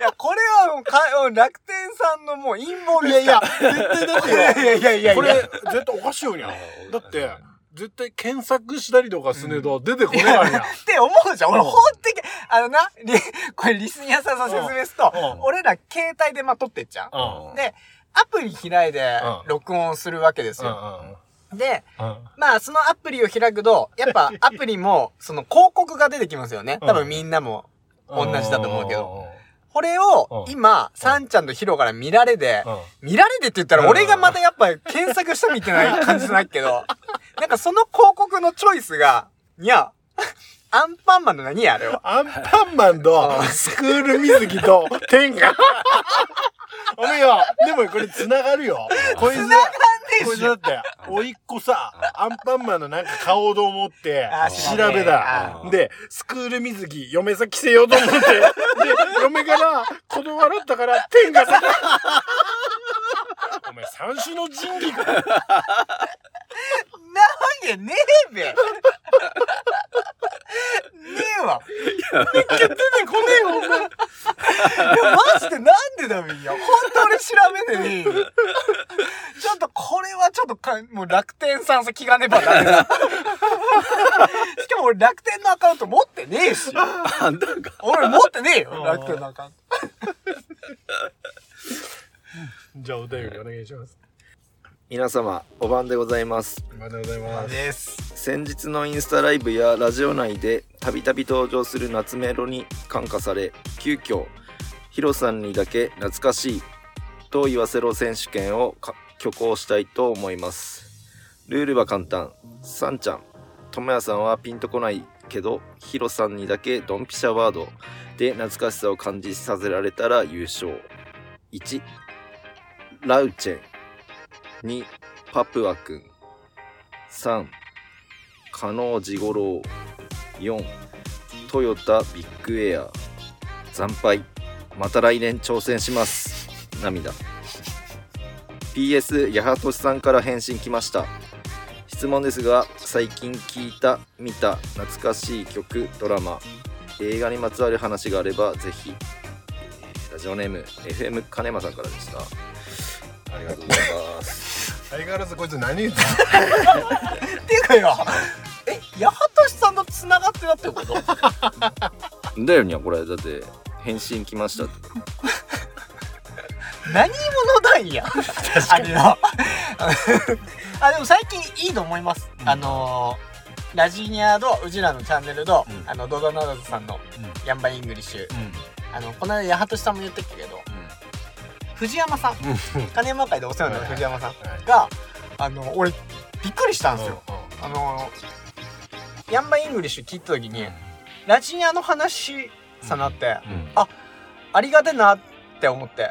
Speaker 1: や、これはもうか、楽天さんのもう陰謀ですから。いやいや、絶対だって。いやいやいやいや。
Speaker 3: これ、絶対おかしいよにゃん。だって、絶対検索したりとかすねど出てこねえわにゃん。
Speaker 1: って思うじゃん。俺、本的、あのな、リこれリスニアさんの説明すると
Speaker 3: うんうん、
Speaker 1: 俺ら携帯でまあ撮ってっちゃう。
Speaker 3: うん
Speaker 1: で、アプリ開いで
Speaker 3: うん
Speaker 1: 録音するわけです
Speaker 3: うん
Speaker 1: よ。
Speaker 3: うん
Speaker 1: で、
Speaker 3: うん
Speaker 1: まあそのアプリを開くと、やっ ぱアプリも、その広告が出てきますよね。多分みんなも同じだと思うけど。。これを
Speaker 3: うん
Speaker 1: 今、サンちゃんとヒロから見られで
Speaker 3: うん、
Speaker 1: 見られでって言ったら俺がまたやっぱ検索したみたいな感じじゃないけ ど、なんかその広告のチョイスが、にゃ、アンパンマンの何やあれ は。
Speaker 3: アンパンマンとスクール水着と天 下。おめえよ、でもこれ繋がるよ。こいつ、こいつだって、おいっ子さ、アンパンマンのなんか顔を持って
Speaker 1: あ、
Speaker 3: 調
Speaker 1: ー
Speaker 3: べだ
Speaker 2: あ。ー
Speaker 3: で、スクール水着、嫁さ着せようと 思って、で、嫁から、子供洗ったから、天下 さ。お前、三種の神器か。
Speaker 1: なわけねえべ。ねえわ。
Speaker 3: 出てこねえよ、お
Speaker 1: い
Speaker 3: 前。
Speaker 1: や、マジでなんでだみんな。ほんと俺調べてねえよ。ちょっとこれはちょっとか、もう楽天さんさ気がねばダメだ。しかも俺楽天のアカウント持ってねえし。
Speaker 2: あんたが。
Speaker 1: 俺持ってねえよ、楽天のアカウント。
Speaker 3: じゃあ、お便りお願いします。
Speaker 2: 皆様、お晩でございます。
Speaker 3: おめでとうございます。
Speaker 1: です。
Speaker 2: 先日のインスタライブやラジオ内でたびたび登場する夏メロに感化され急遽ヒロさんにだけ懐かしいと言わせろ選手権をか挙行したいと思いますルールは簡単さんちゃんともやさんはピンとこないけどヒロさんにだけドンピシャワードで懐かしさを感じさせられたら優勝1ラウチェン2パプアくん3加納治五郎4トヨタビッグエア惨敗また来年挑戦します涙 PS 八幡さんから返信来ました質問ですが最近聞いた見た懐かしい曲ドラマ映画にまつわる話があればぜひえーラジオネーム FM 金間さんからでしたありがとうございます
Speaker 3: 相変わらずこいつ何言ってんの
Speaker 1: っていうかよ、え、八幡さんと繋がってたってこと
Speaker 2: だよにはこれだって返信来ましたって
Speaker 1: 何者なんやあれは あでも最近いいと思います、あのーラジニアのうちらのチャンネルの、
Speaker 2: うん
Speaker 1: あのドドナダズさんの
Speaker 2: う
Speaker 1: ヤンバイングリッシュ、あのこの間八幡さんも言ってたけど藤山さん金山会でお世話になった藤山さん
Speaker 3: はい
Speaker 1: があの俺びっくりしたんですよ、あのーヤンバイングリッシュ聞いた時に、ラジニアの話さなって、
Speaker 2: うん
Speaker 1: ありがてえなって思って、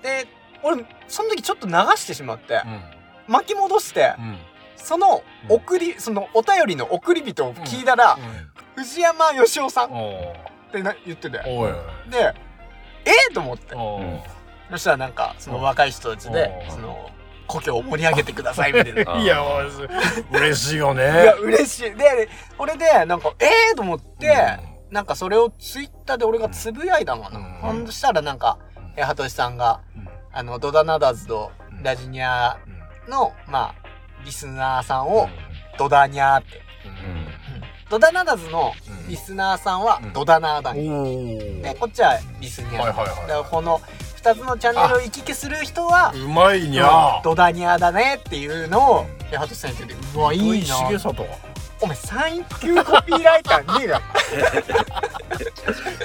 Speaker 1: で俺その時ちょっと流してしまって、巻き戻して、その送り、そのお便りの送り人を聞いたら、藤山義雄さんっ
Speaker 3: お
Speaker 1: てな言ってて、
Speaker 3: おい
Speaker 1: でええと思って
Speaker 3: お
Speaker 1: そしたらなんかその若い人たちで
Speaker 3: うん
Speaker 1: その故郷を盛り上げてくだ さいみたいな。い
Speaker 2: あー
Speaker 3: いやおい嬉しいよね
Speaker 1: や嬉しいでこれでなんかええと思って、なんかそれをツイッターで俺がつぶやいたもんな、
Speaker 3: うん
Speaker 1: ほんとしたらなんか八幡さんが
Speaker 3: うん
Speaker 1: 「あのドダナダズとラジニア
Speaker 3: うん
Speaker 1: のまあリスナーさんをドダニャーってドダナダズの
Speaker 3: うん
Speaker 1: リスナーさんは
Speaker 3: うん
Speaker 1: ドダナーだ
Speaker 3: お
Speaker 1: ね、
Speaker 3: ー
Speaker 1: でこっちはリスニャー、
Speaker 3: はいはいはい
Speaker 1: だからこの2つのチャンネルを行き来する人は
Speaker 3: うまいにゃ
Speaker 1: ドダニャーだねっていうのを
Speaker 3: うん
Speaker 1: 八幡さんに言っててうわい
Speaker 3: 土
Speaker 1: い
Speaker 3: 井
Speaker 1: な
Speaker 3: 重里
Speaker 1: お前サンキューコピーライターねえだ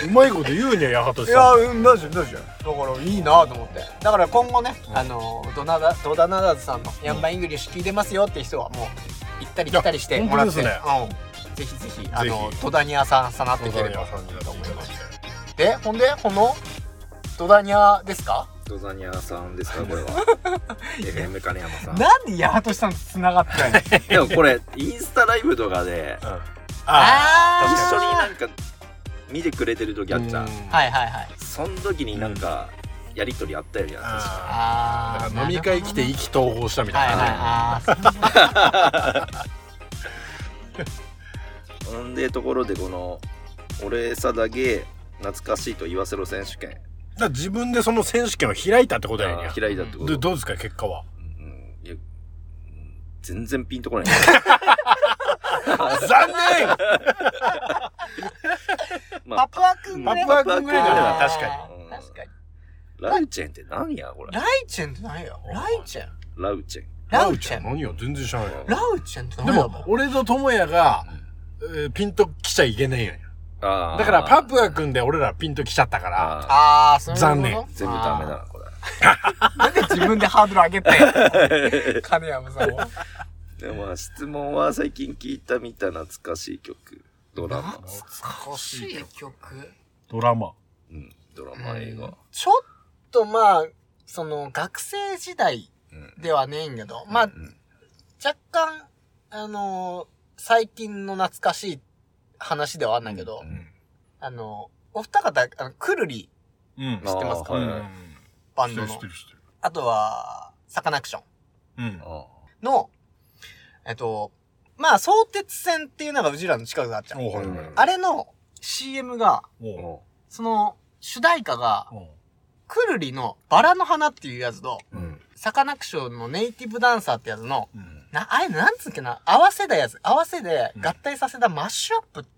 Speaker 3: うまいこと言うにゃ八幡
Speaker 1: いや
Speaker 3: さん
Speaker 1: うんどうしようどうしようだからいいなと思ってだから今後ね、
Speaker 3: うん
Speaker 1: あのドナダドダナダズさんのヤンバイングリッシュ聞いてますよっていう人はもう行ったり来たりしてもらって、
Speaker 3: いや
Speaker 1: うんぜひぜひあの
Speaker 3: ぜひ
Speaker 1: ドダニャーさんさなって
Speaker 3: 土井
Speaker 1: いければ
Speaker 3: さんにだと思います
Speaker 1: でほんでこのドダニャーですか
Speaker 2: ドザニアさんですかこれは FM 金山さん
Speaker 1: なんで八幡さんと繋がってない の
Speaker 2: でもこれインスタライブとかで一
Speaker 1: あ
Speaker 2: 緒になんか見てくれてる時あっちゃん
Speaker 1: はいはいはい
Speaker 2: その時になんかやりとりあったよりな
Speaker 1: あ
Speaker 3: だ
Speaker 1: ー
Speaker 3: から飲み会来て意気投合したみ
Speaker 1: は
Speaker 3: た
Speaker 1: い
Speaker 3: い
Speaker 1: はいあ
Speaker 3: な。
Speaker 1: ー
Speaker 2: ほんでところでこの「俺さだげ懐かしいと言わせろ選手権
Speaker 3: だから自分でその選手権を開いたってこ」とやねんや。
Speaker 2: 開いたってこ
Speaker 3: で
Speaker 2: と
Speaker 3: どうですか結果は。
Speaker 2: うんいやうん全然ピンとこない
Speaker 3: 残念
Speaker 2: ま
Speaker 1: パ
Speaker 2: あ
Speaker 1: プア君ぐらい
Speaker 2: パプア君ぐらいだな
Speaker 3: 確か
Speaker 2: に
Speaker 1: 確かに。
Speaker 2: ラウチェンって何やこれ
Speaker 1: ライチェンって何よライチェン
Speaker 2: ラウチェン
Speaker 1: ラウチェン
Speaker 3: 何よ全然知らないよ。
Speaker 1: ラウチェンって何
Speaker 3: で
Speaker 1: や
Speaker 3: も、俺と智也が、えーピンと来ちゃいけないよ。
Speaker 2: あー
Speaker 3: だから、パプア君で俺らピンと来ちゃったから、
Speaker 2: あ
Speaker 1: あー、そういうこと
Speaker 3: 残念
Speaker 2: ー全部ダメだなこれ
Speaker 1: あーなんで自分でハードル上げてんの金山さんを。
Speaker 2: でもまあ質問は最近聞いたみたいな懐かしい曲ドラマ
Speaker 1: 懐かしい曲。
Speaker 3: ドラマ。
Speaker 2: うんドラマ映画
Speaker 1: ちょっとまあ、その学生時代ではねえんけど、まあ、若干、あのー最近の懐かしい話ではあんないけど、
Speaker 2: うん
Speaker 1: あのーお二方、あの、くるり
Speaker 3: うん
Speaker 2: 知
Speaker 1: ってますか
Speaker 2: はい
Speaker 3: うん
Speaker 2: はい
Speaker 1: バ
Speaker 3: 知
Speaker 1: ンド
Speaker 3: ってる
Speaker 1: の
Speaker 3: 知って、る知ってる。
Speaker 1: あとは、サカナクション
Speaker 3: うん。
Speaker 2: あ
Speaker 1: の、えっと、まあ、相鉄線っていうのがうちらの近くがあっちゃう。
Speaker 3: おはいはいはい
Speaker 1: あれの CM が、
Speaker 2: ー
Speaker 3: おう
Speaker 2: お
Speaker 1: その、主題歌が、
Speaker 3: おう
Speaker 1: くるりのバラの花っていうやつと、
Speaker 2: うん
Speaker 1: サカナクションのネイティブダンサーってやつの、
Speaker 3: うん
Speaker 1: な、あれなんつうっけな、合わせたやつ、合わせで合体させたマッシュアップって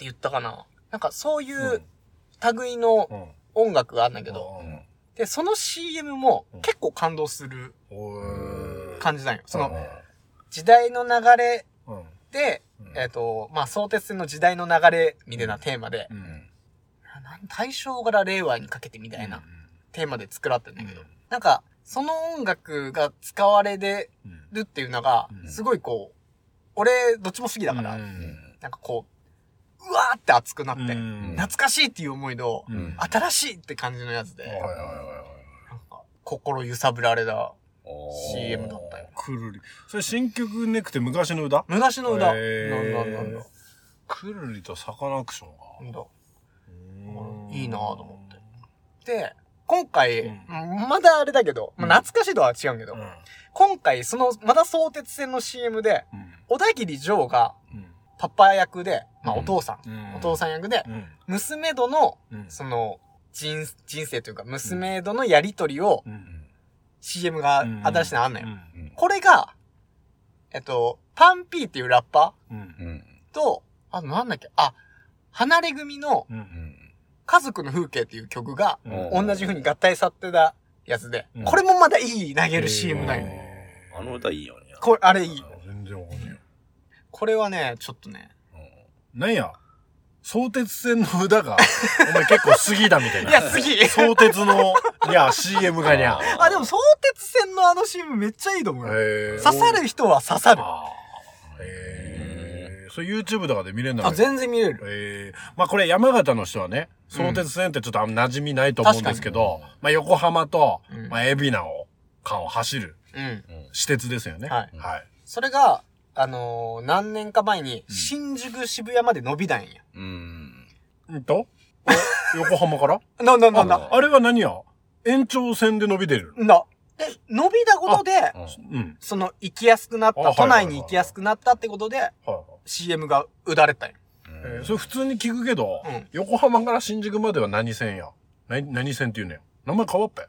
Speaker 1: 言ったかな。なんかそういう類の
Speaker 3: うん
Speaker 1: 音楽があんだけど、
Speaker 3: うん
Speaker 1: で、その CM も結構感動する
Speaker 3: おー
Speaker 1: 感じなんよ。その
Speaker 3: う
Speaker 1: 時代の流れ
Speaker 3: んうん
Speaker 1: で、
Speaker 3: うん
Speaker 1: えっ、と、まあ、相鉄線の時代の流れみたいなテーマで、
Speaker 3: うん
Speaker 1: なん大正から令和にかけてみたいなテーマで作られてんだけど、
Speaker 3: うん
Speaker 1: なんか、その音楽が使われて
Speaker 3: うん
Speaker 1: るっていうのが
Speaker 3: う、ん
Speaker 1: すごいこう、俺、どっちも好きだから、
Speaker 3: うん
Speaker 1: なんかこう、うわーって熱くなって、
Speaker 3: うん
Speaker 1: 懐かしいっていう思いと、
Speaker 3: うん
Speaker 1: 新しいって感じのやつで、
Speaker 3: はいはいはい
Speaker 1: なんか心揺さぶられた
Speaker 2: おー
Speaker 1: CM だ
Speaker 3: は
Speaker 1: った
Speaker 3: い
Speaker 1: よ。
Speaker 3: くるりそれ新曲ねくて昔の歌
Speaker 1: 昔の歌、
Speaker 3: へー
Speaker 1: なんだなんだ
Speaker 3: くるりとサカナクションが
Speaker 1: なんだ。
Speaker 3: うん
Speaker 1: いいなぁと思ってで、今回、
Speaker 3: う
Speaker 1: まだあれだけど、まあ
Speaker 3: うん
Speaker 1: 懐かしいとは違うんけど、
Speaker 3: うん
Speaker 1: 今回、その、まだ相鉄線の CM で、小田切城がパパ役で、まあ
Speaker 2: うん
Speaker 1: お父さん、
Speaker 3: うん
Speaker 1: お父さん役で、
Speaker 3: うん
Speaker 1: 娘との、
Speaker 3: うん
Speaker 1: その、人、人生というか、娘とのやりとりを
Speaker 3: うん
Speaker 1: CM が新しいのあんのよ。
Speaker 3: うん
Speaker 1: これが、えっと、パンピーっていうラッパ
Speaker 3: うん
Speaker 2: うん
Speaker 1: ーと、あとなんだっけ、あ、離れ組の
Speaker 3: うん
Speaker 2: うん
Speaker 1: 家族の風景っていう曲が、
Speaker 3: うん
Speaker 1: 同じ風に合体さってたやつで、
Speaker 3: うん
Speaker 1: これもまだいい投げる CM なんよ。
Speaker 3: へー
Speaker 2: あの歌いいよね
Speaker 1: これ、あれいい。
Speaker 3: 全然わかんないよ
Speaker 1: これはね、ちょっとね。
Speaker 3: なんや相鉄線の歌がお前結構過ぎだみたい
Speaker 1: いや、
Speaker 3: な
Speaker 1: 次
Speaker 3: 相鉄のいや CM がにゃ
Speaker 1: あ、でも相鉄線のあの CM めっちゃいいと思うよ。
Speaker 3: へー
Speaker 1: 刺さる人は刺さる。
Speaker 3: あーへーそれ YouTube とかで見れるんだ
Speaker 1: あ、全然見れる。
Speaker 3: ええまあこれ山形の人はね、相鉄線ってちょっとあんま馴染みないと思うんですけど、まあ横浜と、
Speaker 1: うん
Speaker 3: まあ海老名を、間を走る
Speaker 1: うん。
Speaker 3: 私鉄ですよね。
Speaker 1: はい
Speaker 3: はい。
Speaker 1: それが、あのー何年か前に、新宿渋谷まで伸びたんや。
Speaker 2: うん
Speaker 3: うんとお横浜から
Speaker 1: な、な、な、
Speaker 2: あ
Speaker 1: な。
Speaker 3: あれは何や延長線で伸びてる。
Speaker 1: な。で、伸びたことで、
Speaker 3: うん。
Speaker 1: その、行きやすくなっ
Speaker 3: あ
Speaker 1: た、
Speaker 3: はい
Speaker 1: 都
Speaker 3: はいはい
Speaker 1: 内に行きやすくなったってことで、
Speaker 3: はいはい。
Speaker 1: CM が打たれたんや。
Speaker 3: えーそれ普通に聞くけど、
Speaker 1: うん
Speaker 3: 横浜から新宿までは何線や何、何線って言うのよ。名前変わっぺ。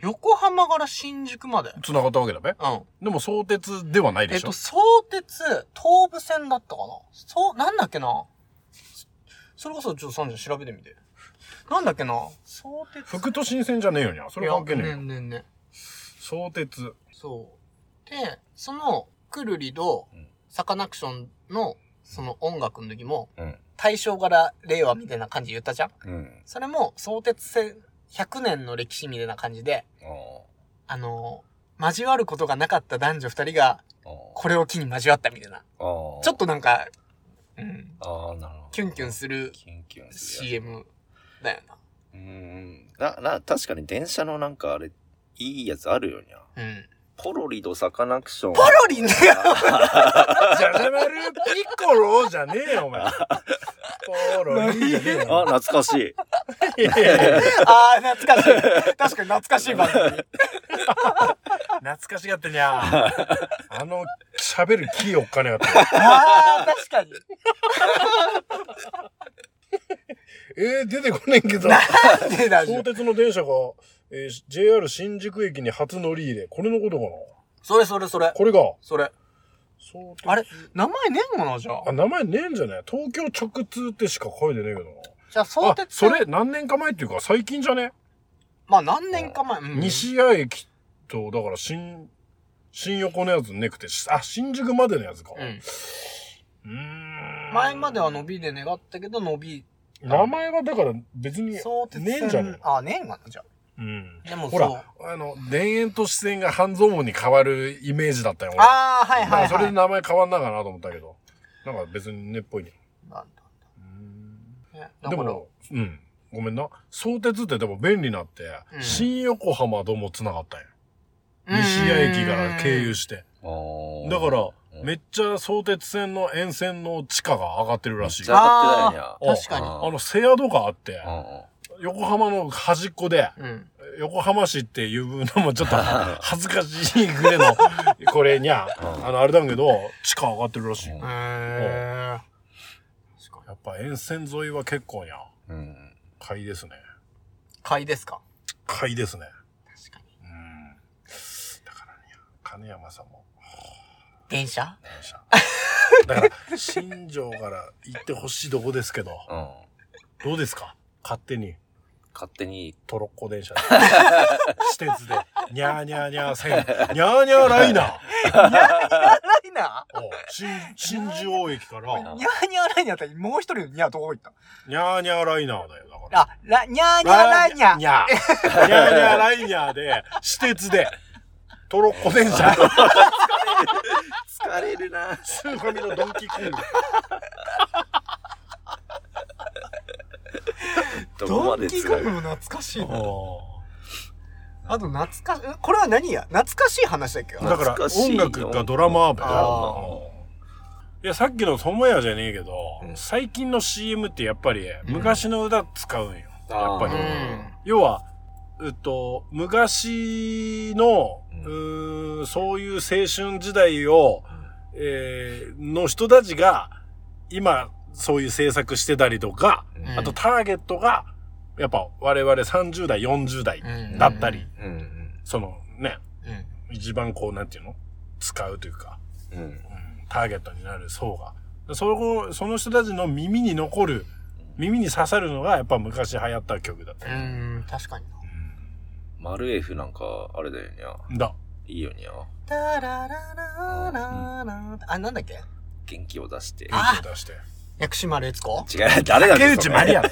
Speaker 1: 横浜から新宿まで。
Speaker 3: 繋がったわけだべ。
Speaker 1: うん。
Speaker 3: でも相鉄ではない
Speaker 1: え
Speaker 3: で
Speaker 1: っ
Speaker 3: しょ
Speaker 1: と、。相鉄、東武線だったかなそう、なんだっけなそそれこそ、ちょっとサンジャ調べてみて。なんだっけな相鉄。
Speaker 3: 福都新線じゃねえよにゃ。それ関係ねえ
Speaker 1: いや
Speaker 3: よ。
Speaker 1: ねんねんね。
Speaker 3: 相鉄。
Speaker 1: そう。で、その、くるりと
Speaker 2: うん、
Speaker 1: サカナクションの、その音楽の時も、
Speaker 2: うん
Speaker 1: 大正から令和みたいな感じ言ったじゃん
Speaker 2: うん
Speaker 1: それも、相鉄線100年の歴史みたいな感じで、
Speaker 2: あー
Speaker 1: あのー交わることがなかった男女二人が、
Speaker 2: あー
Speaker 1: これを機に交わったみたいな。
Speaker 2: あー
Speaker 1: ちょっとなんか、うん、
Speaker 2: ああなるほど
Speaker 1: キュンキュンする
Speaker 2: キュンキュンするや
Speaker 1: CM だよ
Speaker 2: つうんなな確かに電車のなんかあれいいやつあるよにゃ
Speaker 1: な。うん。
Speaker 2: ポロリとサカナクション。
Speaker 1: ポロリね
Speaker 3: ジャジャマルピッコロじゃねえよ、お前。ポロリじゃねえよ。
Speaker 2: あ、懐かしい。
Speaker 3: いやいやいや
Speaker 1: ああ、懐かしい。確かに懐かしい番組。
Speaker 3: 懐かしがってにゃあの、喋るキーおっかねがった。
Speaker 1: ああ、確かに。
Speaker 3: えー、出てこねんけど。
Speaker 1: なんでだ
Speaker 3: 相
Speaker 1: よ。
Speaker 3: 鉄の電車が、えー JR 新宿駅に初乗り入れ。これのことかな
Speaker 1: それそれそれ。
Speaker 3: これが。
Speaker 1: それ。
Speaker 3: 相鉄
Speaker 1: あれ名前ねえものじゃん
Speaker 3: あ、。名前ねえんじゃない東京直通ってしか書いてねえけど
Speaker 1: じゃあ、
Speaker 3: な。
Speaker 1: 相
Speaker 3: あ、
Speaker 1: 鉄
Speaker 3: それ何年か前っていうか最近じゃね、
Speaker 1: まあ何年か前。うん
Speaker 3: 西谷駅と、だから新、新横のやつねくて、しあ、新宿までのやつか。
Speaker 1: う。
Speaker 3: うんーん。
Speaker 1: 前までは伸びで願ったけど、伸び。
Speaker 3: 名前がだから別にね
Speaker 1: 相鉄
Speaker 3: えんじゃね
Speaker 1: 線。あ、ねえんかな、じゃ
Speaker 3: えうん。
Speaker 1: あ。でもそ
Speaker 3: ほ
Speaker 1: う。
Speaker 3: ら、あの、田園都市線が半蔵門に変わるイメージだったよ。俺
Speaker 1: ああ、はい
Speaker 3: ま
Speaker 1: は
Speaker 3: あ
Speaker 1: い
Speaker 3: それで
Speaker 1: はい。
Speaker 3: 名前変わんなかなと思ったけど。なんか別にねっぽいね。
Speaker 1: なんだねだ
Speaker 3: で
Speaker 1: から
Speaker 3: も、うん。ごめんな。相鉄ってでも便利なって、
Speaker 1: うん
Speaker 3: 新横浜とも繋がったんや。西谷駅から経由して。だか、ら、めっちゃ相鉄線の沿線の地価が上がってるらしい。
Speaker 2: 上がってないんや。
Speaker 1: あ確かに
Speaker 3: あの、セアドがあって、
Speaker 2: う
Speaker 3: 横浜の端っこで、
Speaker 1: うんうん。
Speaker 3: 横浜市っていうのもちょっと恥ずかしいぐらいの、これにゃ、
Speaker 2: ん
Speaker 3: あの、あれだけど、地価上がってるらしい。
Speaker 2: うん
Speaker 1: へえ。
Speaker 3: やっぱ沿線沿いは結構にゃ、
Speaker 2: んうん。
Speaker 3: 買いですね。
Speaker 1: 買いですか
Speaker 3: 買いですね。
Speaker 1: 確かに。
Speaker 3: うん。だからね、金山さんも、
Speaker 1: 電車
Speaker 3: 電車。だから、新庄から行ってほしいとこですけど、
Speaker 2: うん。
Speaker 3: どうですか勝手に、
Speaker 2: 勝手に、
Speaker 3: トロッコ電車で。 私鉄で、にゃーにゃーにゃー線、にゃーにゃーライナ ー。
Speaker 1: いな。
Speaker 3: おう新新庄駅から、
Speaker 1: ニャーニャーライニャーってもう一人のニャーどこ行った
Speaker 3: にゃーにゃーライナーだよ、だから。
Speaker 1: あ、ラ、ニャーニャーライニャー。
Speaker 3: にゃー。にゃーにゃーライナーで、私鉄で、トロッコ電車。
Speaker 2: 疲れるな。
Speaker 3: スーファミのドンキーコング。
Speaker 2: どこ
Speaker 1: ド
Speaker 2: ま
Speaker 1: ン
Speaker 2: で
Speaker 1: キー
Speaker 2: 使
Speaker 1: コ
Speaker 2: う
Speaker 1: ングも懐かしいな。
Speaker 3: おー
Speaker 1: あと懐かしい、これは何や懐かしい話だっけ
Speaker 3: だから
Speaker 2: 懐かし
Speaker 3: 音
Speaker 2: いよ
Speaker 3: 楽がドラマーベ
Speaker 1: あ
Speaker 3: いや、さっきの友やじゃねえけど、
Speaker 2: うん
Speaker 3: 最近の CM ってやっぱ
Speaker 1: ん
Speaker 3: り昔の歌使うんよ。やっぱり
Speaker 1: う。
Speaker 3: うん要は、えっと、昔の、
Speaker 2: うん
Speaker 3: うーんそういう青春時代を、えーの人たちが、今、そういう制作してたりとか、
Speaker 1: うん
Speaker 3: あとターゲットが、やっぱ我々30代、40代だったり、
Speaker 2: うん。うん。
Speaker 3: そのね、
Speaker 1: うん。
Speaker 3: 一番こう、なんていうの使うというか、
Speaker 2: うん。
Speaker 3: ターゲットになる層が。そこその人たちの耳に残る、耳に刺さるのがやっぱ昔流行った曲だった。
Speaker 1: うん、確かにな。
Speaker 2: マルエフなんか、あれだよにゃ。
Speaker 3: だ。
Speaker 2: いいよにゃ。
Speaker 1: タラララララあ、なんだっけ
Speaker 2: 元気を出して。違
Speaker 1: あ
Speaker 3: 元気を出して。
Speaker 1: 薬師丸悦子
Speaker 2: う、誰だ
Speaker 3: 竹内まりやね。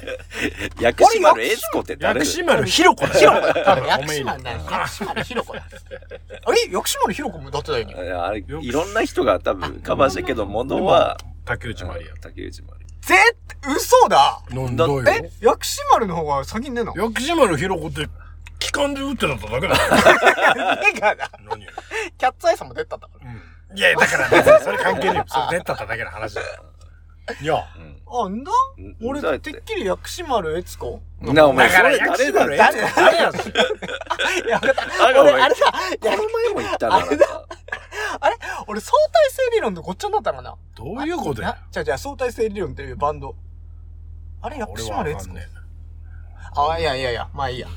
Speaker 2: 薬師丸エスコって誰
Speaker 3: 薬
Speaker 2: だ
Speaker 3: 師丸ひろこだよ。多分
Speaker 1: 薬
Speaker 3: おめ
Speaker 1: 師
Speaker 3: え
Speaker 1: 丸
Speaker 3: に
Speaker 1: だよ。薬師丸ひろ子だ。あれ薬師丸ひろ子もだってだよね。
Speaker 2: いやあれ
Speaker 3: よく
Speaker 2: いろんな人が多分カバーしたけど、元は、
Speaker 3: 竹内まりや
Speaker 2: うん。竹内まり
Speaker 1: ぜ嘘だ
Speaker 3: 飲ん
Speaker 2: だ
Speaker 3: だ
Speaker 2: って
Speaker 3: よ。
Speaker 1: え薬師丸の方が先に出んの
Speaker 3: 薬師丸ひろこって、気管で打ってただけだよ。
Speaker 1: 目がな
Speaker 3: 何よ
Speaker 1: キャッツアイさんも出たんだから。
Speaker 3: いやいや、だから別にそれ関 係ねえよ。それ出たっただけの話だよ。いや、
Speaker 2: や。うん
Speaker 1: あ、んだ
Speaker 2: ん
Speaker 1: 俺、
Speaker 2: だって
Speaker 1: っきり薬師丸悦子
Speaker 2: なお前
Speaker 3: だ
Speaker 2: そ
Speaker 3: から
Speaker 2: れ
Speaker 3: 薬師
Speaker 2: 誰
Speaker 3: 丸
Speaker 2: だ
Speaker 3: えつこ誰やし。
Speaker 1: いや、分かった。
Speaker 2: あ
Speaker 1: 俺、
Speaker 2: ごめん
Speaker 1: あれさ、い
Speaker 2: こ
Speaker 1: や
Speaker 2: の前も言ったななんか
Speaker 1: あれ俺、相対性理論でごっちゃになったのかな
Speaker 3: どういうことや
Speaker 1: なじゃあじゃあ相対性理論っていうバンド。あれ薬
Speaker 3: 俺
Speaker 1: 師
Speaker 3: はわ
Speaker 1: 丸
Speaker 3: か
Speaker 1: 悦
Speaker 3: ん
Speaker 1: 子
Speaker 3: ねえ。
Speaker 1: あ、いやいやいや、まあいいや。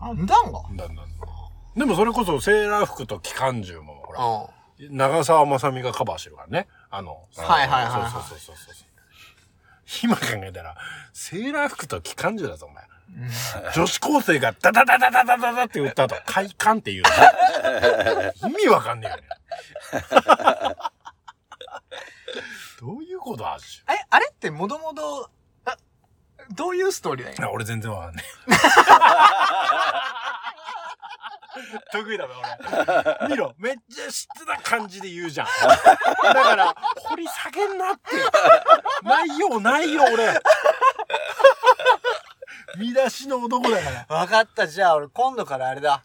Speaker 1: あ、んだんが。
Speaker 3: だんだんでもそれこそセーラー服と機関銃もほ
Speaker 1: うん。
Speaker 3: ら、長澤まさみがカバーしてるからね。あの、
Speaker 1: はいはいはいはい
Speaker 3: そうそうそうそうそう。今考えたら、セーラー服と機関銃だぞ、お前。女子高生がダダダダダダダダって言った後、快感って言うの。意味わかんねえよね。どういうことあし
Speaker 1: え、あれってもともと、あどういうストーリーだよ。
Speaker 3: 俺全然わかんねえ。 得意だな、俺。見ろ、めっちゃ知ってた感じで言うじゃん。だから、掘り下げんなって。ないよ、ないよ、俺。見出しの男だから。
Speaker 1: わかった、じゃあ俺今度からあれだ。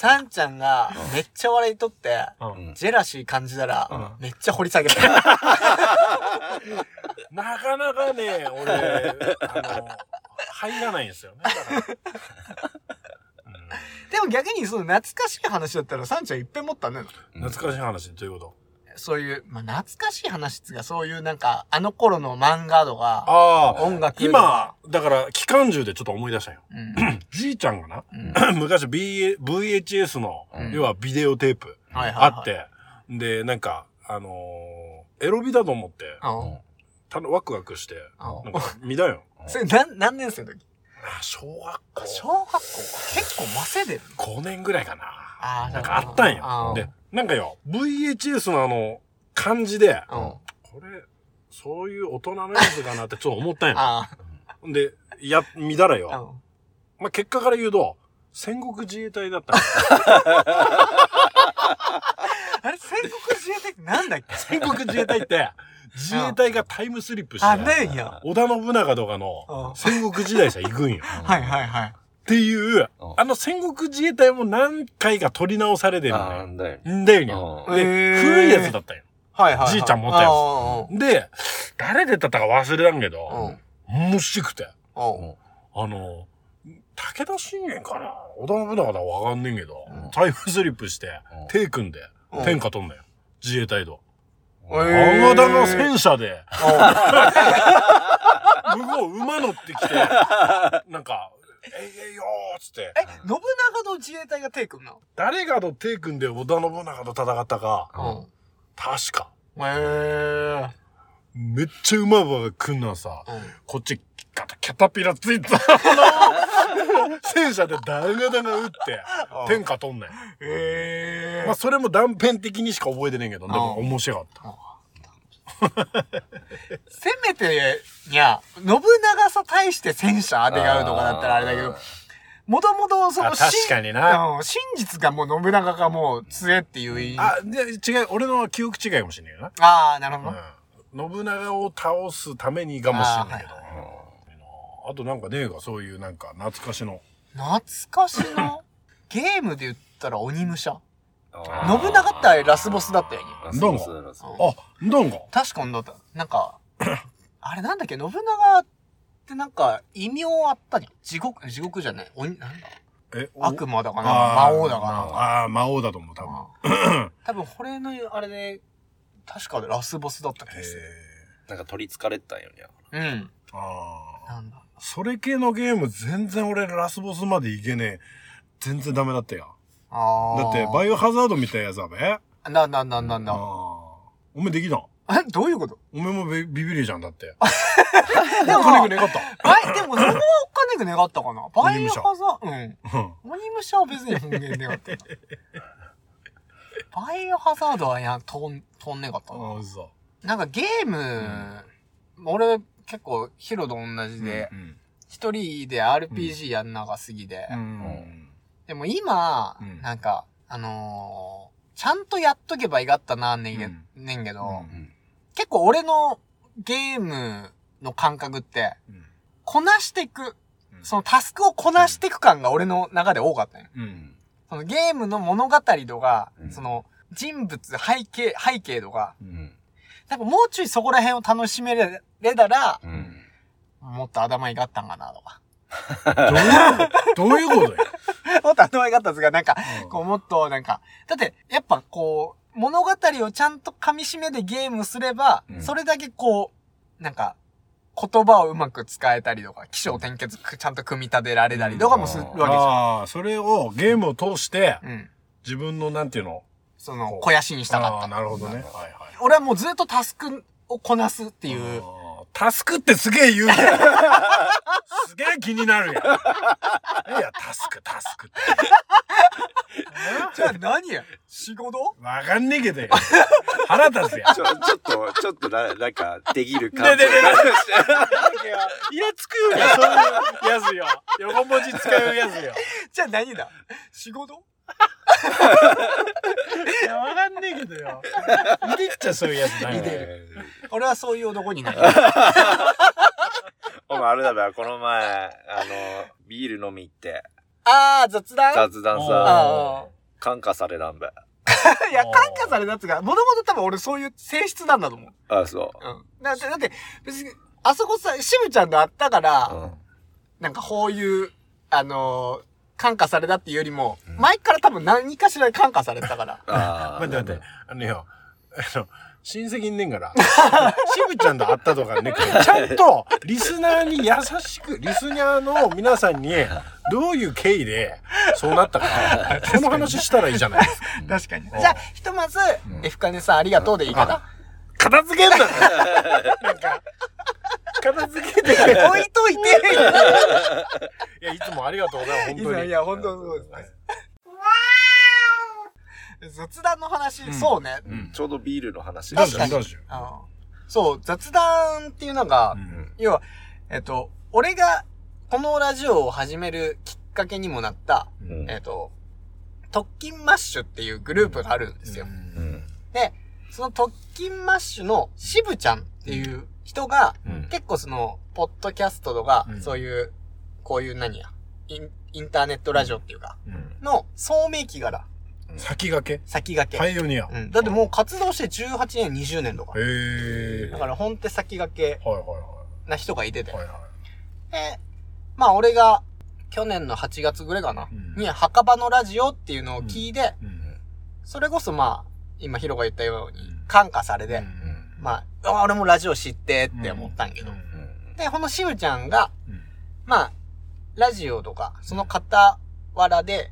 Speaker 1: サンちゃんがめっちゃ笑いとって、
Speaker 2: ん
Speaker 1: ジェラシー感じたら、めっちゃ掘り下げた。
Speaker 3: なかなかね、俺、あの、入らないんですよね。だから
Speaker 1: でも逆にその懐かしい話だったらサンちゃんいっぺん持ったね。
Speaker 3: うん懐かしい話ということ。
Speaker 1: そういう、まあ、懐かしい話っつうか、そういうなんか、あの頃の漫画とか、
Speaker 3: ああ、
Speaker 1: 音楽。
Speaker 3: 今、だから、機関銃でちょっと思い出したよ。
Speaker 1: うん、
Speaker 3: じいちゃんがな、
Speaker 1: うん
Speaker 3: 昔 B VHS の、
Speaker 2: うん
Speaker 3: 要はビデオテープ
Speaker 1: はいはいはい
Speaker 3: あって、で、なんか、あのーエロビだと思って、
Speaker 1: うん
Speaker 3: たのワクワクして、
Speaker 1: あ
Speaker 3: なんか見たよ。
Speaker 1: それ何、何年生の時
Speaker 3: あ小学
Speaker 1: 小
Speaker 3: 校
Speaker 1: 学校結構ませでる。
Speaker 3: 5年ぐらいかな。
Speaker 1: あー
Speaker 3: なんかあったん
Speaker 1: あ
Speaker 3: よ
Speaker 1: ー。
Speaker 3: で、なんかよ、VHS のあの、感じ
Speaker 1: う
Speaker 3: で、
Speaker 1: ん。あ
Speaker 3: これ、そういう大人のやつかなってちょっと思ったんよ。
Speaker 1: あ
Speaker 3: で、や、見たら
Speaker 1: ー。う
Speaker 3: よ。
Speaker 1: ん
Speaker 3: まあ、結果から言うと、戦国自衛隊だった。
Speaker 1: あれ、戦国自衛隊ってなんだっけ
Speaker 3: 戦国自衛隊って、自衛隊がタイムスリップして、
Speaker 1: あ、ねえや。
Speaker 3: 織田信長とか
Speaker 1: う
Speaker 3: の
Speaker 1: ん
Speaker 3: 戦国時代さ行くんよ。っ
Speaker 1: はいはいはい。
Speaker 3: ていう
Speaker 2: うん、
Speaker 3: あの戦国自衛隊も何回か取り直されてる
Speaker 2: あー
Speaker 3: ん
Speaker 2: んだよね。
Speaker 3: だよ。んだよ
Speaker 2: う
Speaker 1: うん
Speaker 2: ん
Speaker 3: ね。で、
Speaker 1: へー
Speaker 3: 古いやつだったよ。
Speaker 1: はいはいはい。
Speaker 3: じいちゃん持ったやつ
Speaker 1: よ。
Speaker 3: で、誰でだったか忘れたん
Speaker 1: うん。う
Speaker 3: け
Speaker 1: ん
Speaker 3: ど、面白くて。
Speaker 1: うん。
Speaker 3: あの、武田信玄かな織田信長だわかんねえけど
Speaker 2: うん、
Speaker 3: タイムスリップして
Speaker 2: うん、
Speaker 3: 手組んで
Speaker 1: うん、
Speaker 3: 天下取んだよ。自衛隊と。
Speaker 1: え
Speaker 3: あ
Speaker 1: ー
Speaker 3: まだの戦車で、
Speaker 1: あ
Speaker 3: 向こう馬乗ってきて、なんか、えいえいよーっつって
Speaker 1: え、、信長の自衛隊が手組むの
Speaker 3: 誰がの手組んで織田信長と戦ったか、
Speaker 1: うん。
Speaker 3: 確か、
Speaker 1: へえ。
Speaker 3: めっちゃ馬場が来んなさ、
Speaker 1: うん。
Speaker 3: こっち、ガタキャタピラついたものを戦車でダガダガ撃って、天下取んねん。
Speaker 1: へ
Speaker 3: まあ、それも断片的にしか覚えてねえけど、でも面白かった。
Speaker 1: せめて、いや、信長さ対して戦車当てがうとかだったらあれだけど、もともとその
Speaker 3: あ
Speaker 1: 真
Speaker 3: 確かにな
Speaker 1: うん真実がもう信長がもう杖っていう意味。あ
Speaker 3: あ、で、違う、俺の記憶違いかもしれないな。
Speaker 1: あー、なるほど。
Speaker 3: うん信長を倒すためにかもしれないけど。あ,、となんかねえか、そういうなんか懐かしの。
Speaker 1: 懐かしのゲームで言ったら鬼武者。
Speaker 2: あー
Speaker 1: 信長ってあれラスボスだったよね。
Speaker 2: ラスボスだラスボス
Speaker 3: あ、なんか。
Speaker 1: 確かにだった。なんか、 あれなんだっけ、信長ってなんか異名あったじゃん。地獄、地獄じゃない。鬼、なんだ
Speaker 3: え、お
Speaker 1: 悪魔だかな
Speaker 3: あー
Speaker 1: 魔王だかな
Speaker 3: ああ、魔王だと思う、多分。
Speaker 1: 多分、これの、あれで、確かラスボスだった気
Speaker 3: へ
Speaker 1: がする。
Speaker 3: え。
Speaker 2: なんか取り憑かれてたんよね。
Speaker 1: うん。
Speaker 3: ああ。
Speaker 1: なんだ。
Speaker 3: それ系のゲーム全然俺ラスボスまでいけねえ。全然ダメだったよ。
Speaker 1: あ
Speaker 3: だって、バ
Speaker 1: イ
Speaker 3: イオハザードみたいなやつだべ。あ
Speaker 1: オ。なんだなんだなん
Speaker 3: あ
Speaker 1: だ。
Speaker 3: おめえできたん
Speaker 1: え、どういうこと
Speaker 3: おめえもビビビリじゃんだって。
Speaker 1: でも、
Speaker 3: 金くねかった。
Speaker 1: バイ、でも、それはお金が願ったかな。バ
Speaker 3: 鬼
Speaker 1: イオ
Speaker 3: 武者
Speaker 1: ハザード、
Speaker 3: うん
Speaker 1: うん。鬼武者は別に本気で願 ってなバイオハザードはやん、とん、とんねかったな。
Speaker 3: ああ、嘘。
Speaker 1: なんかゲーム、俺結構ヒロと同じで、
Speaker 3: うん
Speaker 1: 一人で RPG やんなが好きで、
Speaker 3: うん。
Speaker 1: でも今、
Speaker 3: うん
Speaker 1: なんか、あのーちゃんとやっとけばいがったな、ねんげ,、
Speaker 3: うん
Speaker 1: ねんけど、
Speaker 3: うん
Speaker 1: 結構俺のゲームの感覚って、こなしていく、
Speaker 3: うん
Speaker 1: そのタスクをこなしていく感が俺の中で多かったんよ。
Speaker 3: うん。
Speaker 1: そのゲームの物語とか、
Speaker 2: うん
Speaker 1: その人物、背景、背景とか、
Speaker 2: うん。
Speaker 1: なんかもうちょいそこら辺を楽しめれれたら、
Speaker 2: うん。
Speaker 1: もっと頭いがったんかなとか。
Speaker 3: どういうことどういうことや
Speaker 1: もっと頭いがったんですが、なんか、
Speaker 3: う ん
Speaker 1: こうもっとなんか、だってやっぱこう、物語をちゃんと噛み締めでゲームすれば、
Speaker 2: うん
Speaker 1: それだけこう、なんか、言葉をうまく使えたりとか、起承転結くちゃんと組み立てられたりとかもするわけじゃ
Speaker 3: ああ、それをゲームを通して、
Speaker 1: ん。うん。
Speaker 3: 自分のなんていうの
Speaker 1: その、肥やしにした
Speaker 3: あ
Speaker 1: か
Speaker 3: あ、
Speaker 1: っ
Speaker 3: な
Speaker 1: た。
Speaker 3: るほどね。はい
Speaker 1: 俺はもうずっとタスクをこなすってい
Speaker 3: はい。
Speaker 1: う。
Speaker 3: あータスクってすげえ言うじゃんすげえ気になるやん。いや、タスク、タスクって。
Speaker 1: じゃあ何や仕事
Speaker 3: わかんねえけどよ。腹立つやん。
Speaker 2: ちょ、ちょっと、ちょっとな、なんか、できる
Speaker 3: ね
Speaker 2: 感じ。
Speaker 3: ねねイラつくよね、そういうやつよ。横文字使うやつよ。
Speaker 1: じゃあ何だ仕事
Speaker 3: いや、わかんねえけどよ。見てっちゃそういうやつ だよ。
Speaker 1: 俺はそういう男に なる。
Speaker 2: お前、あれだべ、この前、あの、ビール飲み行って、
Speaker 1: あー、雑談
Speaker 2: 雑談
Speaker 1: あ
Speaker 2: さ、
Speaker 1: あ
Speaker 2: 感化されなんべ。
Speaker 1: いや、感化されたやつが、もともと多分俺そういう性質なんだと思う。
Speaker 2: あ、そ
Speaker 1: うん。だって、だって、別に、あそこさ、渋ちゃんと会ったから、
Speaker 2: う。うん。
Speaker 1: なんかこういう、あのー感化されたっていうよりも、前から多分何かしら感化されてた から。
Speaker 2: あ
Speaker 3: 待って待って、あのよ、あの、親戚いんね んから、しぶちゃんと会ったとかね、ちゃんとリスナーに優しく、リスナーの皆さんに、どういう経緯でそうなったか、その話したらいいじゃないですか。
Speaker 1: 確かに。じゃあ、ひとまず、エフカネさんありがとうでいいかな。
Speaker 3: 片付けんだなんか、片付けて。い
Speaker 1: 置いといて
Speaker 3: や、いつもありがとうな、本
Speaker 1: い
Speaker 3: 当
Speaker 1: や
Speaker 3: に。
Speaker 1: いや、本当そうです。雑談の話、そうね。
Speaker 2: うんちょうどビールの話
Speaker 3: どう
Speaker 2: で
Speaker 3: し
Speaker 2: し
Speaker 3: よ
Speaker 1: 確
Speaker 3: う、どうしよ
Speaker 1: あのそう、雑談っていうのが、
Speaker 3: う。うん
Speaker 1: 要は、えっと、俺がこのラジオを始めるきっかけにもなった、
Speaker 2: た。うん
Speaker 1: えっと、特勤マッシュっていうグループがあるんですよ。
Speaker 2: うん。
Speaker 1: で、その特勤マッシュのしぶちゃんっていう人が、
Speaker 2: うん
Speaker 1: 結構その、ポッドキャストとか、
Speaker 3: うん
Speaker 1: そういう、こういう何や、インインターネットラジオっていうか、
Speaker 2: うん
Speaker 1: の総名機から
Speaker 3: 先駆
Speaker 1: 先駆け。
Speaker 3: けパイオニア。へ
Speaker 1: うん、だってもう活動して18年、20年とか。
Speaker 3: え。
Speaker 1: だから本当先駆け
Speaker 3: はいはい
Speaker 1: な人がいてて。
Speaker 3: はい。はいはい。
Speaker 1: で、まあ俺が去年の8月ぐらいかな、
Speaker 3: うん
Speaker 1: に墓場のラジオっていうのを聞いて、
Speaker 3: うん。
Speaker 1: それこそまあ、今ヒロが言ったように、感化されて、
Speaker 3: うん
Speaker 1: まあ、あ俺もラジオ知ってって思ったんやけど。
Speaker 3: うん
Speaker 2: うん
Speaker 1: で、このしぶちゃんが、
Speaker 3: うん
Speaker 1: まあ、ラジオとか、その傍らで、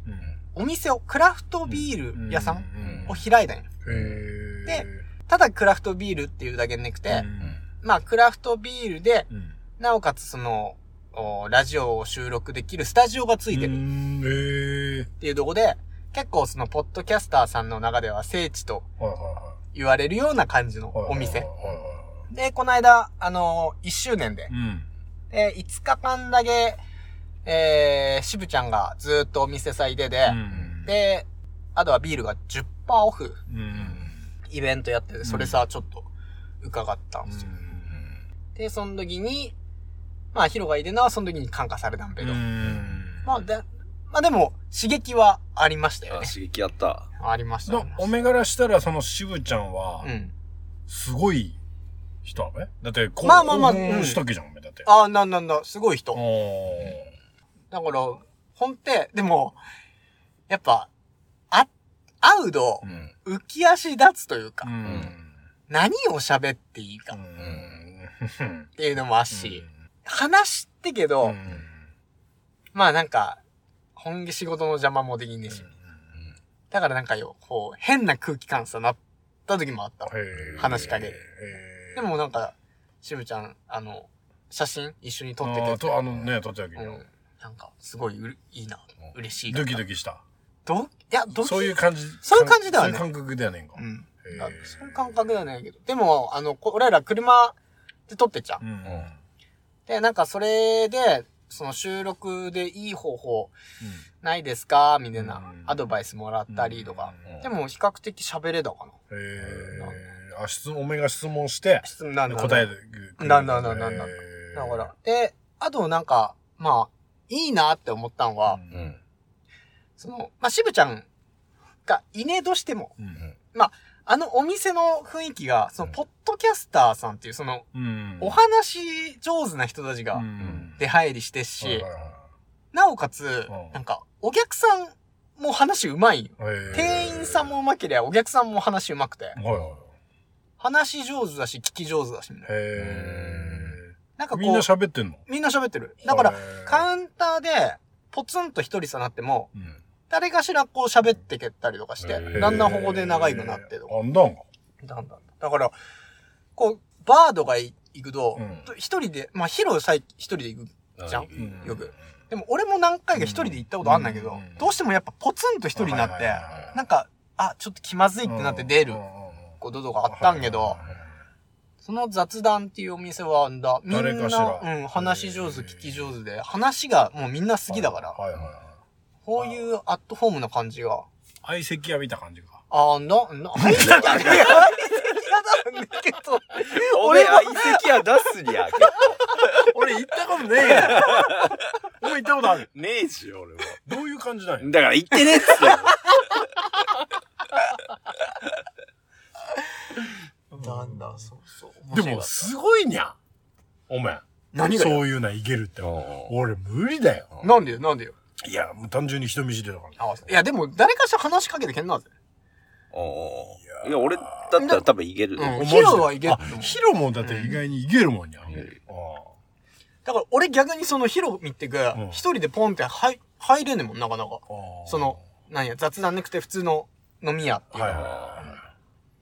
Speaker 1: お店を、クラフトビール屋さん
Speaker 3: ん
Speaker 1: を開いたんよ。
Speaker 3: へー
Speaker 1: でただクラフトビールっていうだけなくて
Speaker 3: う、ん
Speaker 1: まあ、クラフトビールで、
Speaker 3: うん
Speaker 1: なおかつその、おラジオを収録できるスタジオがついて
Speaker 3: う
Speaker 1: るっ
Speaker 3: んへー
Speaker 1: ていうとこで、結構その、ポッドキャスターさんの中では聖地と
Speaker 3: はいは
Speaker 1: 言われるような感じの
Speaker 3: いはい
Speaker 1: お店
Speaker 3: はい。はいは
Speaker 1: で、この間、あのー、1周年で
Speaker 3: い、うん
Speaker 1: えー5日間だけ、えー、しぶちゃんがずーっとお店さいでで、
Speaker 3: うん
Speaker 1: で、あとはビールが10%オフ
Speaker 3: うん
Speaker 1: イベントやってて、それさ、ちょっと伺ったんですよ。で、その時に、まあ、ヒロがいるのはその時に感化されたんだけど、
Speaker 3: うん
Speaker 1: まあ、で、まあでも、刺激はありましたよ
Speaker 2: あ
Speaker 1: ね。
Speaker 2: 刺激あった。
Speaker 1: ありました
Speaker 3: の
Speaker 1: ね。
Speaker 3: お目柄したらそのしぶちゃんは
Speaker 1: うん。
Speaker 3: すごい人だねだってこう
Speaker 1: まあまあまあ
Speaker 3: 興奮したわけじゃんお前だって
Speaker 1: ああ、なんなんだ、すごい人。
Speaker 3: お
Speaker 1: だから、ほんって、でも、やっぱ、あ、会うと
Speaker 3: ーう、ん
Speaker 1: 浮き足立つというか、
Speaker 3: うん
Speaker 1: 何を喋っていいか
Speaker 3: う
Speaker 1: っ
Speaker 3: ん
Speaker 1: ていうのもあるし、話してけど、
Speaker 3: うん
Speaker 1: まあなんか、本気仕事の邪魔もできねえし、だからなんかよ、こう、変な空気感さなった時もあったわ。
Speaker 3: へー
Speaker 1: 話しかける
Speaker 3: へ
Speaker 1: で
Speaker 3: ー
Speaker 1: もなんか、しぶちゃん、あの、写真一緒に撮って
Speaker 3: あー
Speaker 1: て、
Speaker 3: とあのね撮ってたけ
Speaker 1: う
Speaker 3: ど
Speaker 1: ん、なんか、すごいうれいいな、嬉しい。
Speaker 3: ドキドキした
Speaker 1: ど、いや、ど
Speaker 3: そういう感じ。
Speaker 1: そういう感じではね
Speaker 3: そういう感覚ではねんか。
Speaker 1: うん。
Speaker 3: へー
Speaker 1: あそういう感覚ではないけど。でも、あの、こ俺ら車で撮ってっちゃう
Speaker 3: う。ん。うん。
Speaker 1: で、なんかそれで、その収録でいい方法ないですかみたいな
Speaker 3: うん
Speaker 1: アドバイスもらったりとか。
Speaker 3: うん。
Speaker 1: でも比較的喋れたかな。
Speaker 3: へーあ、質問、おめが質問して、
Speaker 1: 質問なんだ
Speaker 3: 答え
Speaker 1: だ。
Speaker 3: てくれる。
Speaker 1: なんだなんだなんだ
Speaker 3: へー
Speaker 1: だから。。で、あとなんか、まあ、いいなって思ったのは、
Speaker 3: うん
Speaker 2: うん。
Speaker 1: その、まあ、しぶちゃんがいねえとしても、
Speaker 3: うん。
Speaker 1: あのお店の雰囲気が、その、ポッドキャスターさんっていう、その、
Speaker 3: うん。
Speaker 1: お話上手な人たちが
Speaker 3: うん
Speaker 1: 出入りしてっし、
Speaker 3: はいはい
Speaker 1: なおかつ
Speaker 3: うん、
Speaker 1: なんか、お客さんも話うまいよ。
Speaker 3: はいへー
Speaker 1: 店員さんもうまけりゃ、お客さんも話うまくて、
Speaker 3: はいは
Speaker 1: 話上手だし、聞き上手だし、みたい
Speaker 3: い。
Speaker 1: な。
Speaker 3: へ
Speaker 1: なん
Speaker 3: ー
Speaker 1: かこう、
Speaker 3: みんな喋ってんの
Speaker 1: みんな喋ってる。だから、
Speaker 3: ん、
Speaker 1: カウンターで、ポツンと一人さなっても、
Speaker 3: うん
Speaker 1: 誰かしらこう喋ってけたりとかして、だんだんここで長くなってとか。
Speaker 3: あんだんか。
Speaker 1: だんだん。だから、こう、バードが行くと
Speaker 3: うん、
Speaker 1: 一人で、まあ、ヒロ最近一人で行くじゃん
Speaker 2: う。ん
Speaker 1: よく。でも俺も何回か一人で行ったことあんだけ
Speaker 3: う
Speaker 1: ど
Speaker 3: ん、
Speaker 1: どうしてもやっぱポツンと一人になっ
Speaker 3: はい
Speaker 1: て
Speaker 3: はいはいは、い
Speaker 1: なんか、あ、ちょっと気まずいってなって出る
Speaker 3: うんうんうん
Speaker 1: こととかあったんけ
Speaker 3: はい
Speaker 1: ど
Speaker 3: は、いはい
Speaker 1: その雑談っていうお店は、んだ、みんな、
Speaker 3: 誰かしら
Speaker 1: うん、話し上手、
Speaker 3: へー
Speaker 1: 聞き上手で、話がもうみんな好きだから、
Speaker 3: はいはいはい。
Speaker 1: こういうアットホームな感じが、
Speaker 3: 相席屋見た感じか。
Speaker 1: あー、な、 な、入ったじゃねえよ入ったじゃねえけど、
Speaker 2: 俺
Speaker 1: 俺
Speaker 2: は
Speaker 1: は
Speaker 2: 遺跡は出すにゃ、結
Speaker 3: 俺行ったことねえよ。俺行ったことある。
Speaker 2: 構。ねえし、俺は。
Speaker 3: どういう感じなんや。
Speaker 2: だから行ってねえっつってんの。
Speaker 1: あそうそう。面
Speaker 3: で
Speaker 1: 白い
Speaker 3: も、
Speaker 1: わ
Speaker 3: すごいにゃ。お前。
Speaker 1: 何がよ
Speaker 3: そういうないけるって。
Speaker 2: お
Speaker 3: 俺、無理だよ。
Speaker 1: なんでよ、なんでよ。
Speaker 3: いや、もう単純に人見知りだから。
Speaker 1: あいや、でも、誰かしら話しかけてけんなぜ。
Speaker 2: おいや、俺だったら多分いける。
Speaker 1: うん
Speaker 3: お
Speaker 1: ヒロはいける
Speaker 3: マジであヒロもだって意外にいけるもんにゃ。
Speaker 2: ん
Speaker 3: あ
Speaker 1: だから、俺逆にそのヒロミってく、
Speaker 3: ん
Speaker 1: 一人でポンって入、入れんねんもん、なかなか。
Speaker 3: あ
Speaker 1: その、なんや、雑談なくて普通の飲み屋っていう
Speaker 3: は
Speaker 1: か。
Speaker 3: いはい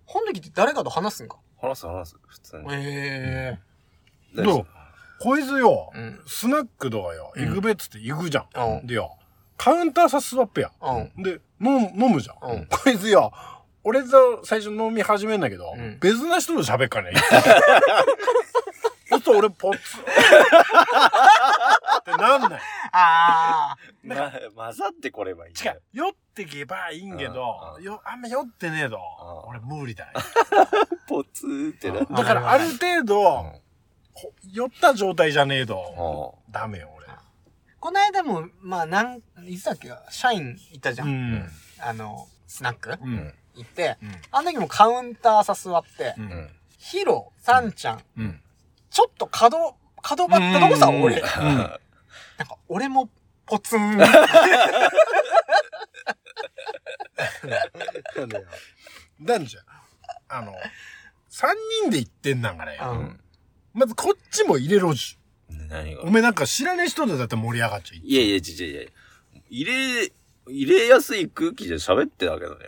Speaker 1: ほんときって誰かと話すんか。
Speaker 2: 話す話す、普通に。
Speaker 1: え
Speaker 3: はい。どうこいつよ、
Speaker 1: うん
Speaker 3: スナックとかよ、
Speaker 1: ん
Speaker 3: 行くべっつって行くじゃん。
Speaker 1: うん
Speaker 3: でよ、カウンターさ座っぺや。
Speaker 1: えー。
Speaker 3: で、飲む、飲むじゃん。
Speaker 1: うん
Speaker 3: こいつよ、俺と最初飲み始めんだけど、
Speaker 1: うん
Speaker 3: 別な人と喋っかね。そうすると俺 ポツンってなんない。
Speaker 1: ああ。
Speaker 2: ま、混ざってこればいい。
Speaker 3: 違う。。酔ってけばいいんけど
Speaker 2: う、ん
Speaker 3: よ、あんま酔ってねえと
Speaker 2: う、ん
Speaker 3: 俺無理だよ。
Speaker 2: ポツーってな。
Speaker 3: だからある程
Speaker 2: う
Speaker 3: 度
Speaker 2: ん、
Speaker 3: こ酔った状態じゃねえと、ダメよ、
Speaker 1: この間も、まあ、なん、いつだっけ、社員行ったじゃ
Speaker 3: 俺。
Speaker 1: ん。
Speaker 3: ん。
Speaker 1: あの、スナック行
Speaker 3: うん。
Speaker 1: って、
Speaker 3: うん
Speaker 1: あの時もカウンターさ座って、
Speaker 3: う。
Speaker 2: うんん。
Speaker 1: ヒロ、サンちゃん、
Speaker 3: うん。
Speaker 1: ちょっと角、角張ったとこさ、
Speaker 3: うん
Speaker 1: 俺。
Speaker 3: うん
Speaker 2: あ
Speaker 1: なんか、俺も、ポツン。
Speaker 3: なんじゃん。あの、三人で行ってんなんかね。
Speaker 1: う
Speaker 2: うんん。
Speaker 3: まずこっちも入れろし。
Speaker 2: 何が
Speaker 3: おめえなんか知らねえ人でだって盛り上がっちゃい。
Speaker 2: いやいや、ちちいやいや。入れ、入れやすい空気で喋ってたけどね。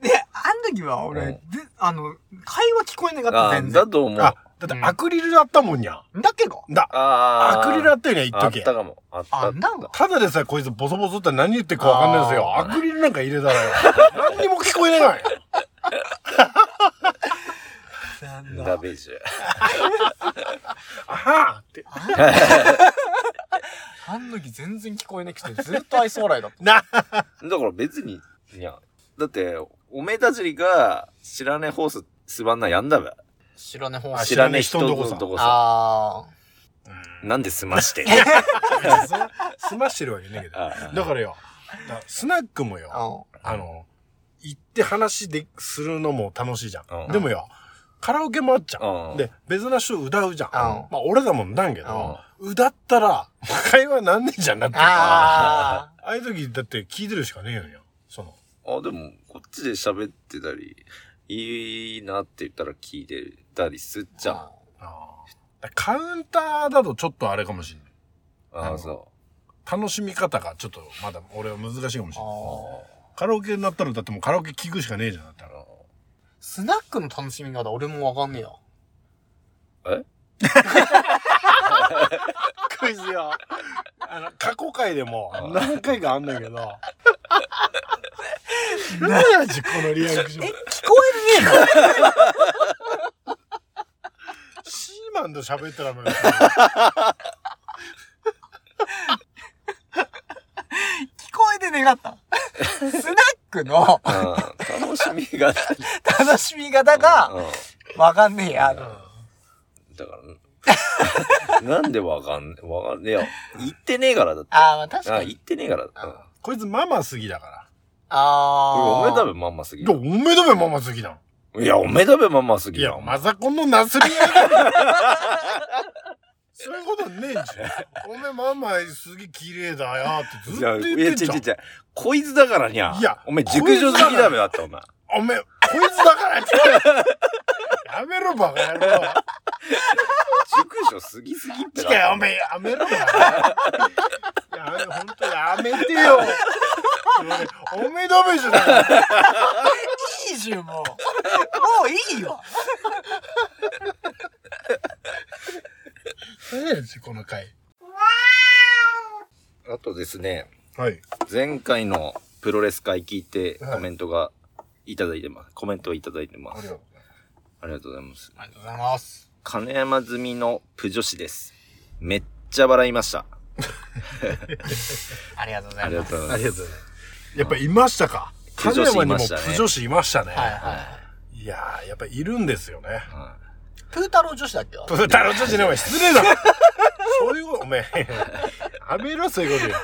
Speaker 1: で、あの時は俺、
Speaker 2: うん
Speaker 1: で、あの、会話聞こえなかった、
Speaker 2: あ
Speaker 1: 全
Speaker 2: だ
Speaker 1: 然。
Speaker 2: と思う。
Speaker 3: あ
Speaker 2: あ、
Speaker 3: だってアクリルだったもんにゃ。
Speaker 1: だけど、
Speaker 3: だ、
Speaker 2: あ
Speaker 3: ア
Speaker 2: ー。
Speaker 3: クリルだったよには
Speaker 2: あ
Speaker 3: 言
Speaker 2: っ
Speaker 3: っとけ。
Speaker 2: たかも。あった。
Speaker 1: あ、なんか、
Speaker 3: ただでさえこいつボソボソって何言ってるかわかんないですよ。
Speaker 2: あ
Speaker 3: アクリルなんか入れたらよ。何にも聞こえない。
Speaker 1: なんだ
Speaker 2: ダメージ。
Speaker 3: あはーって。
Speaker 1: あの時全然聞こえなくて、ずっと愛想笑いだった。
Speaker 3: な、
Speaker 2: だから別に、いや、だって、おめえたちが知らねえホース座んなやんだべ。
Speaker 1: 知らねえ方
Speaker 3: あ
Speaker 1: 針
Speaker 2: 知らねえ人の
Speaker 3: 知らねえ人のと
Speaker 2: とこさ。
Speaker 1: あ
Speaker 2: なんで済まして。
Speaker 3: 済ましてるわけねえけど。
Speaker 2: あ
Speaker 3: だからよ、だスナックもよ、
Speaker 1: あ。
Speaker 3: あの、行って話でするのも楽しいじゃん。
Speaker 2: うん
Speaker 3: でもよ、カラオケもあっちゃ
Speaker 2: うん
Speaker 3: ん。で、別な人歌うじゃん。
Speaker 1: うん
Speaker 3: まあ俺だもんなんけど、歌ったら、会話なんねえじゃんなって。あ
Speaker 1: あ
Speaker 3: あいう時だって聞いてるしかねえよにゃ。その、
Speaker 2: あ、でも、こっちで喋ってたり、いいなって言ったら聞いてたりすっちゃん。
Speaker 1: あ。
Speaker 3: あーだカウンターだとちょっとあれかもしんない。
Speaker 2: ああ、そ
Speaker 3: 楽しみ方がちょっとまだ俺は難しいかもしれない。
Speaker 1: ああ。
Speaker 3: カラオケになったらだってもうカラオケ聞くしかねえじゃんだったら。
Speaker 1: スナックの楽しみ方、俺もわかんねえよ。
Speaker 2: う。え
Speaker 3: クイズよ。あの、過去回でも何回かあんだ けど。何やじ、このリアクション。
Speaker 1: 聞こえるね
Speaker 3: シーマンと喋ったらもう。
Speaker 1: え聞こえてねかった。スナックの
Speaker 2: ああ楽しみが。
Speaker 1: 楽しみ方が、
Speaker 2: うん
Speaker 1: わかんねえや。
Speaker 2: だから、なんで わかんねわかんねえよ。言ってねえからだって。
Speaker 1: ああ、まあ確か
Speaker 2: あ
Speaker 1: に。
Speaker 2: 言ってねえから。うん
Speaker 3: こいつママすぎだから。
Speaker 1: あ
Speaker 2: お
Speaker 1: あ。
Speaker 2: めだべまんますぎ
Speaker 3: いや、お
Speaker 2: る。
Speaker 3: めだべママすぎだも
Speaker 2: いや、おめだべまんます
Speaker 3: ん。
Speaker 2: ぎ
Speaker 3: い
Speaker 2: る
Speaker 3: や、まさこのなすり合いだよそういうことねえんじゃん。おめえママすげえ綺麗だよってずっ
Speaker 2: いや、
Speaker 3: と
Speaker 2: い
Speaker 3: 言っ
Speaker 2: や、
Speaker 3: て
Speaker 2: 違うん
Speaker 3: じゃ
Speaker 2: 違
Speaker 3: ん
Speaker 2: う違。う。こいつだからにゃ。
Speaker 3: いや
Speaker 2: おめえ熟女好きだべだって、お前。
Speaker 3: おめえ、こいつだからって。やめろ、バカ野郎。
Speaker 2: 熟女すぎすぎってな。
Speaker 3: 違うよ、おめえ、やめろよ。 やめ、ほんとやめてよ。おめえダメじゃない。
Speaker 1: いいじゃん、もう。もういいよ。
Speaker 3: 何やねんこの回。
Speaker 2: あとですね、
Speaker 3: はい。
Speaker 2: 前回のプロレス会聞いて
Speaker 3: はい
Speaker 2: コメントがいただいてます。コメントをいただいてま
Speaker 3: ありが
Speaker 2: す。
Speaker 3: とう
Speaker 2: ありがとうございます。
Speaker 1: ありがとうございます。
Speaker 2: 金山済みのプ女子です。めっちゃ笑いました。
Speaker 1: ありがとうござ
Speaker 2: あ
Speaker 1: い
Speaker 2: りが
Speaker 1: ます。
Speaker 2: とうござ
Speaker 3: ありがとうござ
Speaker 2: いま
Speaker 3: います。やっぱいましたか。
Speaker 2: プ女子いましたね
Speaker 3: プ女子いましたね。、
Speaker 1: はいはい
Speaker 3: やー、やっぱいるんですよね。
Speaker 2: す。は
Speaker 1: プータロー女子だっけ
Speaker 3: プータロー女子ね、お前失礼だろ。そういうこと、おめえ。やめろ、そういう こ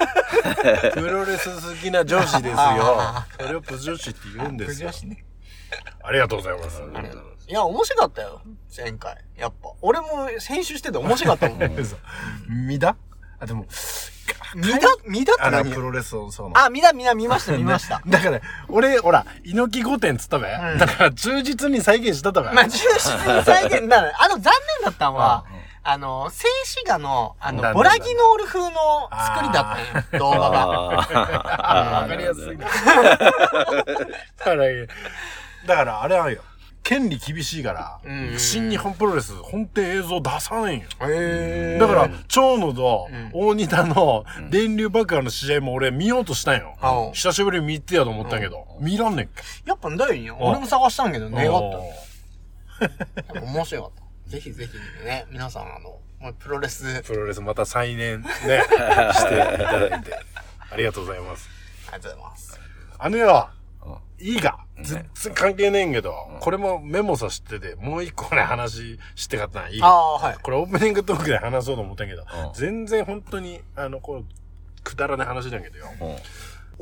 Speaker 3: とよ。プロレス好きな女子ですよ。それをプ女子って言うんですよ
Speaker 1: 女。子ね。
Speaker 3: ありがとうございます。
Speaker 1: ありがとうございますいや、面白かったよ。前回。やっぱ。俺も編集してて面白か ったもん。
Speaker 3: ミダあ、でも、
Speaker 1: 見だ、見だって
Speaker 3: あの、
Speaker 1: 何
Speaker 3: プロレスをそうな。
Speaker 1: あ、見だ見だ見ました見ま した。
Speaker 3: だから、俺、ほら、猪木御殿っつったべ。
Speaker 1: うん
Speaker 3: だから、忠実に再現しただべ。
Speaker 1: まあ、重視に再現、だからあの、残念だったのは、あの、静止画の、あ
Speaker 3: な
Speaker 1: の、
Speaker 3: んだ
Speaker 1: ボラギノール風の作りだったんよ、動画 が。
Speaker 2: あー
Speaker 3: わかりやすいな。だから、だからあれあるよ。権利厳しいから、
Speaker 1: うんうん
Speaker 3: 新日本プロレス、本店映像出さないんよ。
Speaker 1: へ
Speaker 3: だから、長野と
Speaker 1: うん
Speaker 3: 大仁田の電流爆破の試合も俺見ようとしたんよ。
Speaker 1: うん
Speaker 3: 久しぶりに見てやと思ったけど、見らんねんけ。
Speaker 1: やっぱだよに、
Speaker 3: あ
Speaker 1: 俺も探したんけど、願
Speaker 3: お
Speaker 1: っ
Speaker 3: ー
Speaker 1: たの。面白かった。ぜひぜひね、皆さん、あの、もうプロレス、
Speaker 3: プロレスまた再燃 ね、していただいて。ありがとうございます。
Speaker 1: ありがとうございます。
Speaker 3: あのよ
Speaker 2: うん、
Speaker 3: いいが、全然関係ねえんけど、これもメモさせてて、もう一個ね、話してかったな、いい
Speaker 1: あ
Speaker 3: が。
Speaker 1: あ、はい。
Speaker 3: これオープニングトークで話そうと思ったんやけど、
Speaker 2: うん
Speaker 3: 全然本当に、あの、こう、くだらない話なんやけどよ。
Speaker 2: うん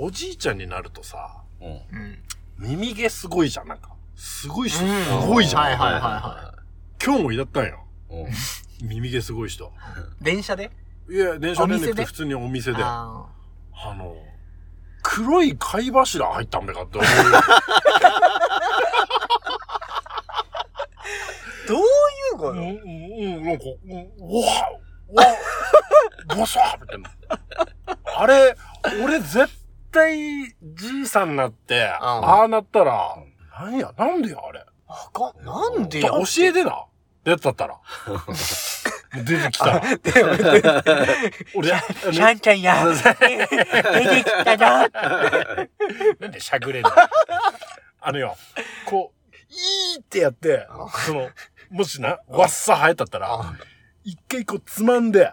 Speaker 3: おじいちゃんになるとさ、
Speaker 2: うん
Speaker 1: うん。
Speaker 3: 耳毛すごいじゃん、なんか。すごい人、すごいじゃん。
Speaker 1: はいはいはいは
Speaker 3: 今日もいだったんよ。
Speaker 2: うん
Speaker 3: 耳毛すごい人。
Speaker 1: い。電車で
Speaker 3: いや、電車でな
Speaker 1: お店
Speaker 3: く
Speaker 1: で
Speaker 3: て普通にお店で。
Speaker 1: あ
Speaker 3: あの、黒い貝柱入ったんべかって思う。
Speaker 1: ーどういうこ
Speaker 3: う
Speaker 1: と
Speaker 3: ん、うん、うんなんか、うん、うわ、うわ、ボサーみたいな。あれ、俺絶対、じいさんになって、ああなったら、なんや、なんでや、あれ。
Speaker 1: あかん、なんで
Speaker 3: だ
Speaker 1: や。
Speaker 3: 教えてな。やつだったら。出てきたら。俺、
Speaker 1: シャンちゃんや、出てきた な。
Speaker 3: なんでしゃく れんのあのよ、こう、いいってやって、その、もしな、わっさ生えたったら、一回こうつまんで、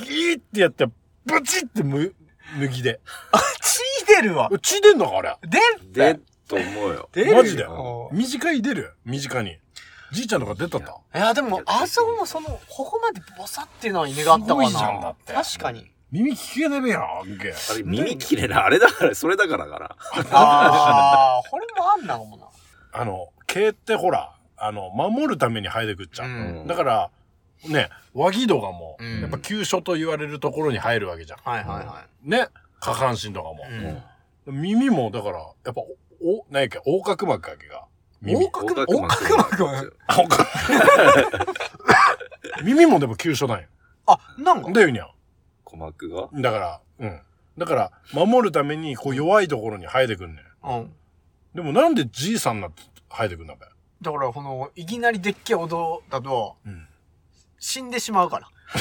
Speaker 3: ギーってやって、ブチってむ、脱ぎで。
Speaker 1: 血出るわ。
Speaker 3: 血出んのかあれ。
Speaker 1: 出
Speaker 2: で、と思うよ。
Speaker 1: 出る
Speaker 3: マジで
Speaker 1: よ
Speaker 3: 短い出る短に。じいちゃんとか出たった
Speaker 1: いや、でも、あそこもその、ここまでボサっていうのは犬があったか
Speaker 3: すごいじゃんだ
Speaker 1: な
Speaker 3: っ。て
Speaker 1: 確かに。
Speaker 3: 耳聞けねべやん、みけ。
Speaker 2: あれ、耳切れな、あれだから、それだからから。
Speaker 1: ああ、これもあんなかもな。
Speaker 3: あの、毛ってほら、あの、守るために生えてくっちゃう。
Speaker 1: うん
Speaker 3: だから、ね、和木戸がもう、
Speaker 1: うん
Speaker 3: やっぱ急所と言われるところに入るわけじゃん。
Speaker 1: はいはいは
Speaker 3: ね、下半身とかも。
Speaker 1: い。うん
Speaker 3: 耳も、だから、やっぱ、お、お何やっけ、横隔膜かけが。耳。
Speaker 1: 横隔膜は
Speaker 3: 横隔 耳もでも急所なんや。
Speaker 1: あ、なんか、
Speaker 3: だよにゃ
Speaker 2: 鼓膜 が
Speaker 3: ん。だから、うん。だから、守るために、こう、弱いところに生えてくんねん。
Speaker 1: うん。
Speaker 3: でも、なんでじいさんになって生えてくんだべ。
Speaker 1: だから、この、いきなりでっけえお堂だと、
Speaker 3: うん
Speaker 1: 死んでしまうから。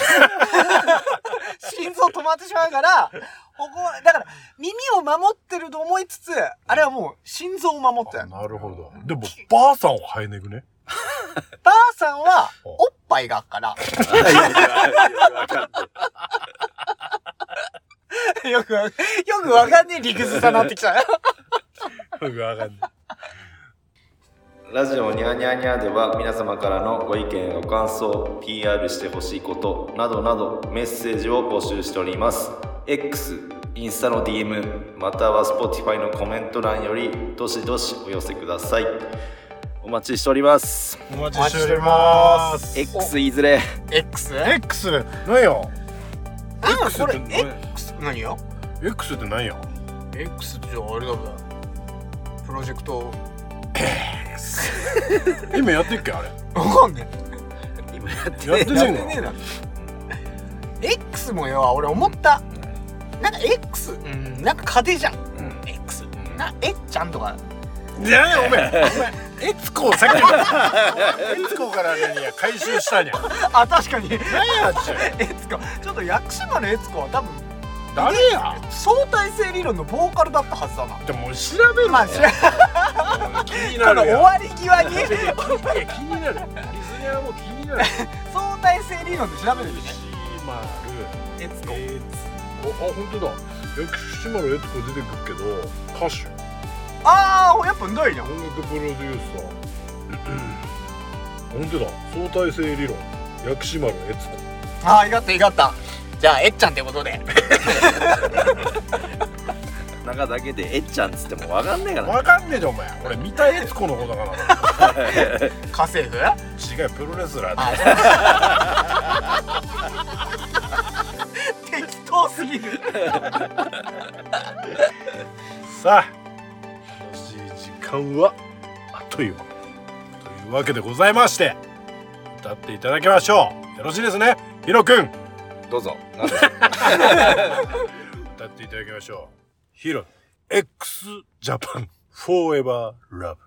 Speaker 1: 心臓止まってしまうから、ここは、だから、耳を守ってると思いつつ、あれはもう、心臓を守って
Speaker 3: あ
Speaker 1: る。ば
Speaker 3: なるほど。でも、ばあさんは生えねくね。
Speaker 1: あさんは、おっぱいがあっから、 よくわ、よくわかんねえ理屈さなってきた。
Speaker 3: よくわかんない。
Speaker 2: ラジオニャーニャーニャーでは皆様からのご意見ご感想 PR してほしいことなどなどメッセージを募集しております X インスタの DM または Spotify のコメント欄よりどしどしお寄せくださいお待ちしております
Speaker 3: お待ちしております。
Speaker 2: X いずれ
Speaker 1: X?
Speaker 3: X、何よ
Speaker 1: あ、
Speaker 3: ?X
Speaker 1: こ
Speaker 3: って
Speaker 1: れ、
Speaker 3: 何
Speaker 1: X 何よ
Speaker 3: ?X って何よ
Speaker 1: ?X ってじゃああれだもんプロジェクト、
Speaker 3: 今やってっけあれ。
Speaker 1: わかんねえ。
Speaker 2: 今やって
Speaker 3: やってね
Speaker 1: や
Speaker 3: え
Speaker 1: っ
Speaker 3: の
Speaker 1: てねえな。X もよ、俺思った。なんか X、うん、なんか家庭じゃん。X。な、えっちゃんとか。
Speaker 3: じゃ あおめえ、エツコをさっきから、エツコから何や、回収したにゃ。
Speaker 1: あ、確かに。
Speaker 3: 何やっちゃ
Speaker 1: えつか、ちょっと薬師丸えつかは多分、
Speaker 3: 誰や
Speaker 1: 相対性理論のボーカルだったはずだな。
Speaker 3: でも調べる
Speaker 1: まあ、し
Speaker 3: 気に
Speaker 1: こ
Speaker 3: な
Speaker 1: の終
Speaker 3: るやん。
Speaker 1: わり際に
Speaker 3: いや気になる。リスニアも気になる。
Speaker 1: 相対性理論で調べるでね。
Speaker 3: シマ
Speaker 1: えつ
Speaker 3: ル、エツコ。あ、本当だ。薬師丸エツコ出てくるけど、歌手、
Speaker 1: ああ、やっぱどいじゃん。
Speaker 3: 音楽プロデューサー。本当だ。相対性理論。薬師丸エツコ。
Speaker 1: ああ、いがったいがった。じゃあ、えっちゃんってことで。
Speaker 2: 中だけでえっちゃんっつってもわかんねえから
Speaker 3: わかんねえじゃんお前俺三田悦子の方だから
Speaker 1: 家政婦
Speaker 3: 違うプロレスラーだ
Speaker 1: あ 適当すぎる
Speaker 3: さあ楽しい時間はあっという間というわけでございまして歌っていただきましょうよろしいですねヒロ君
Speaker 2: どうぞなんで
Speaker 3: 歌っていただきましょうヒロ x ジャパンフォーエバーラブ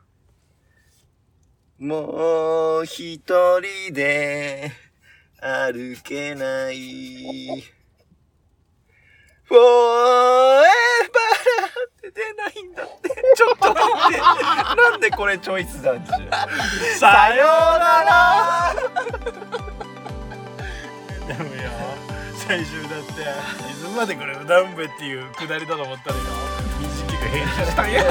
Speaker 2: もう一人で歩けない。フォーエバーって出ないんだって。ちょっと待って。なんでこれチョイスなんちゅう。さようなら
Speaker 3: でもよ最終だって「いつまでこれ歌うんべ」っていうくだりだと思ったらよ短く編集したんや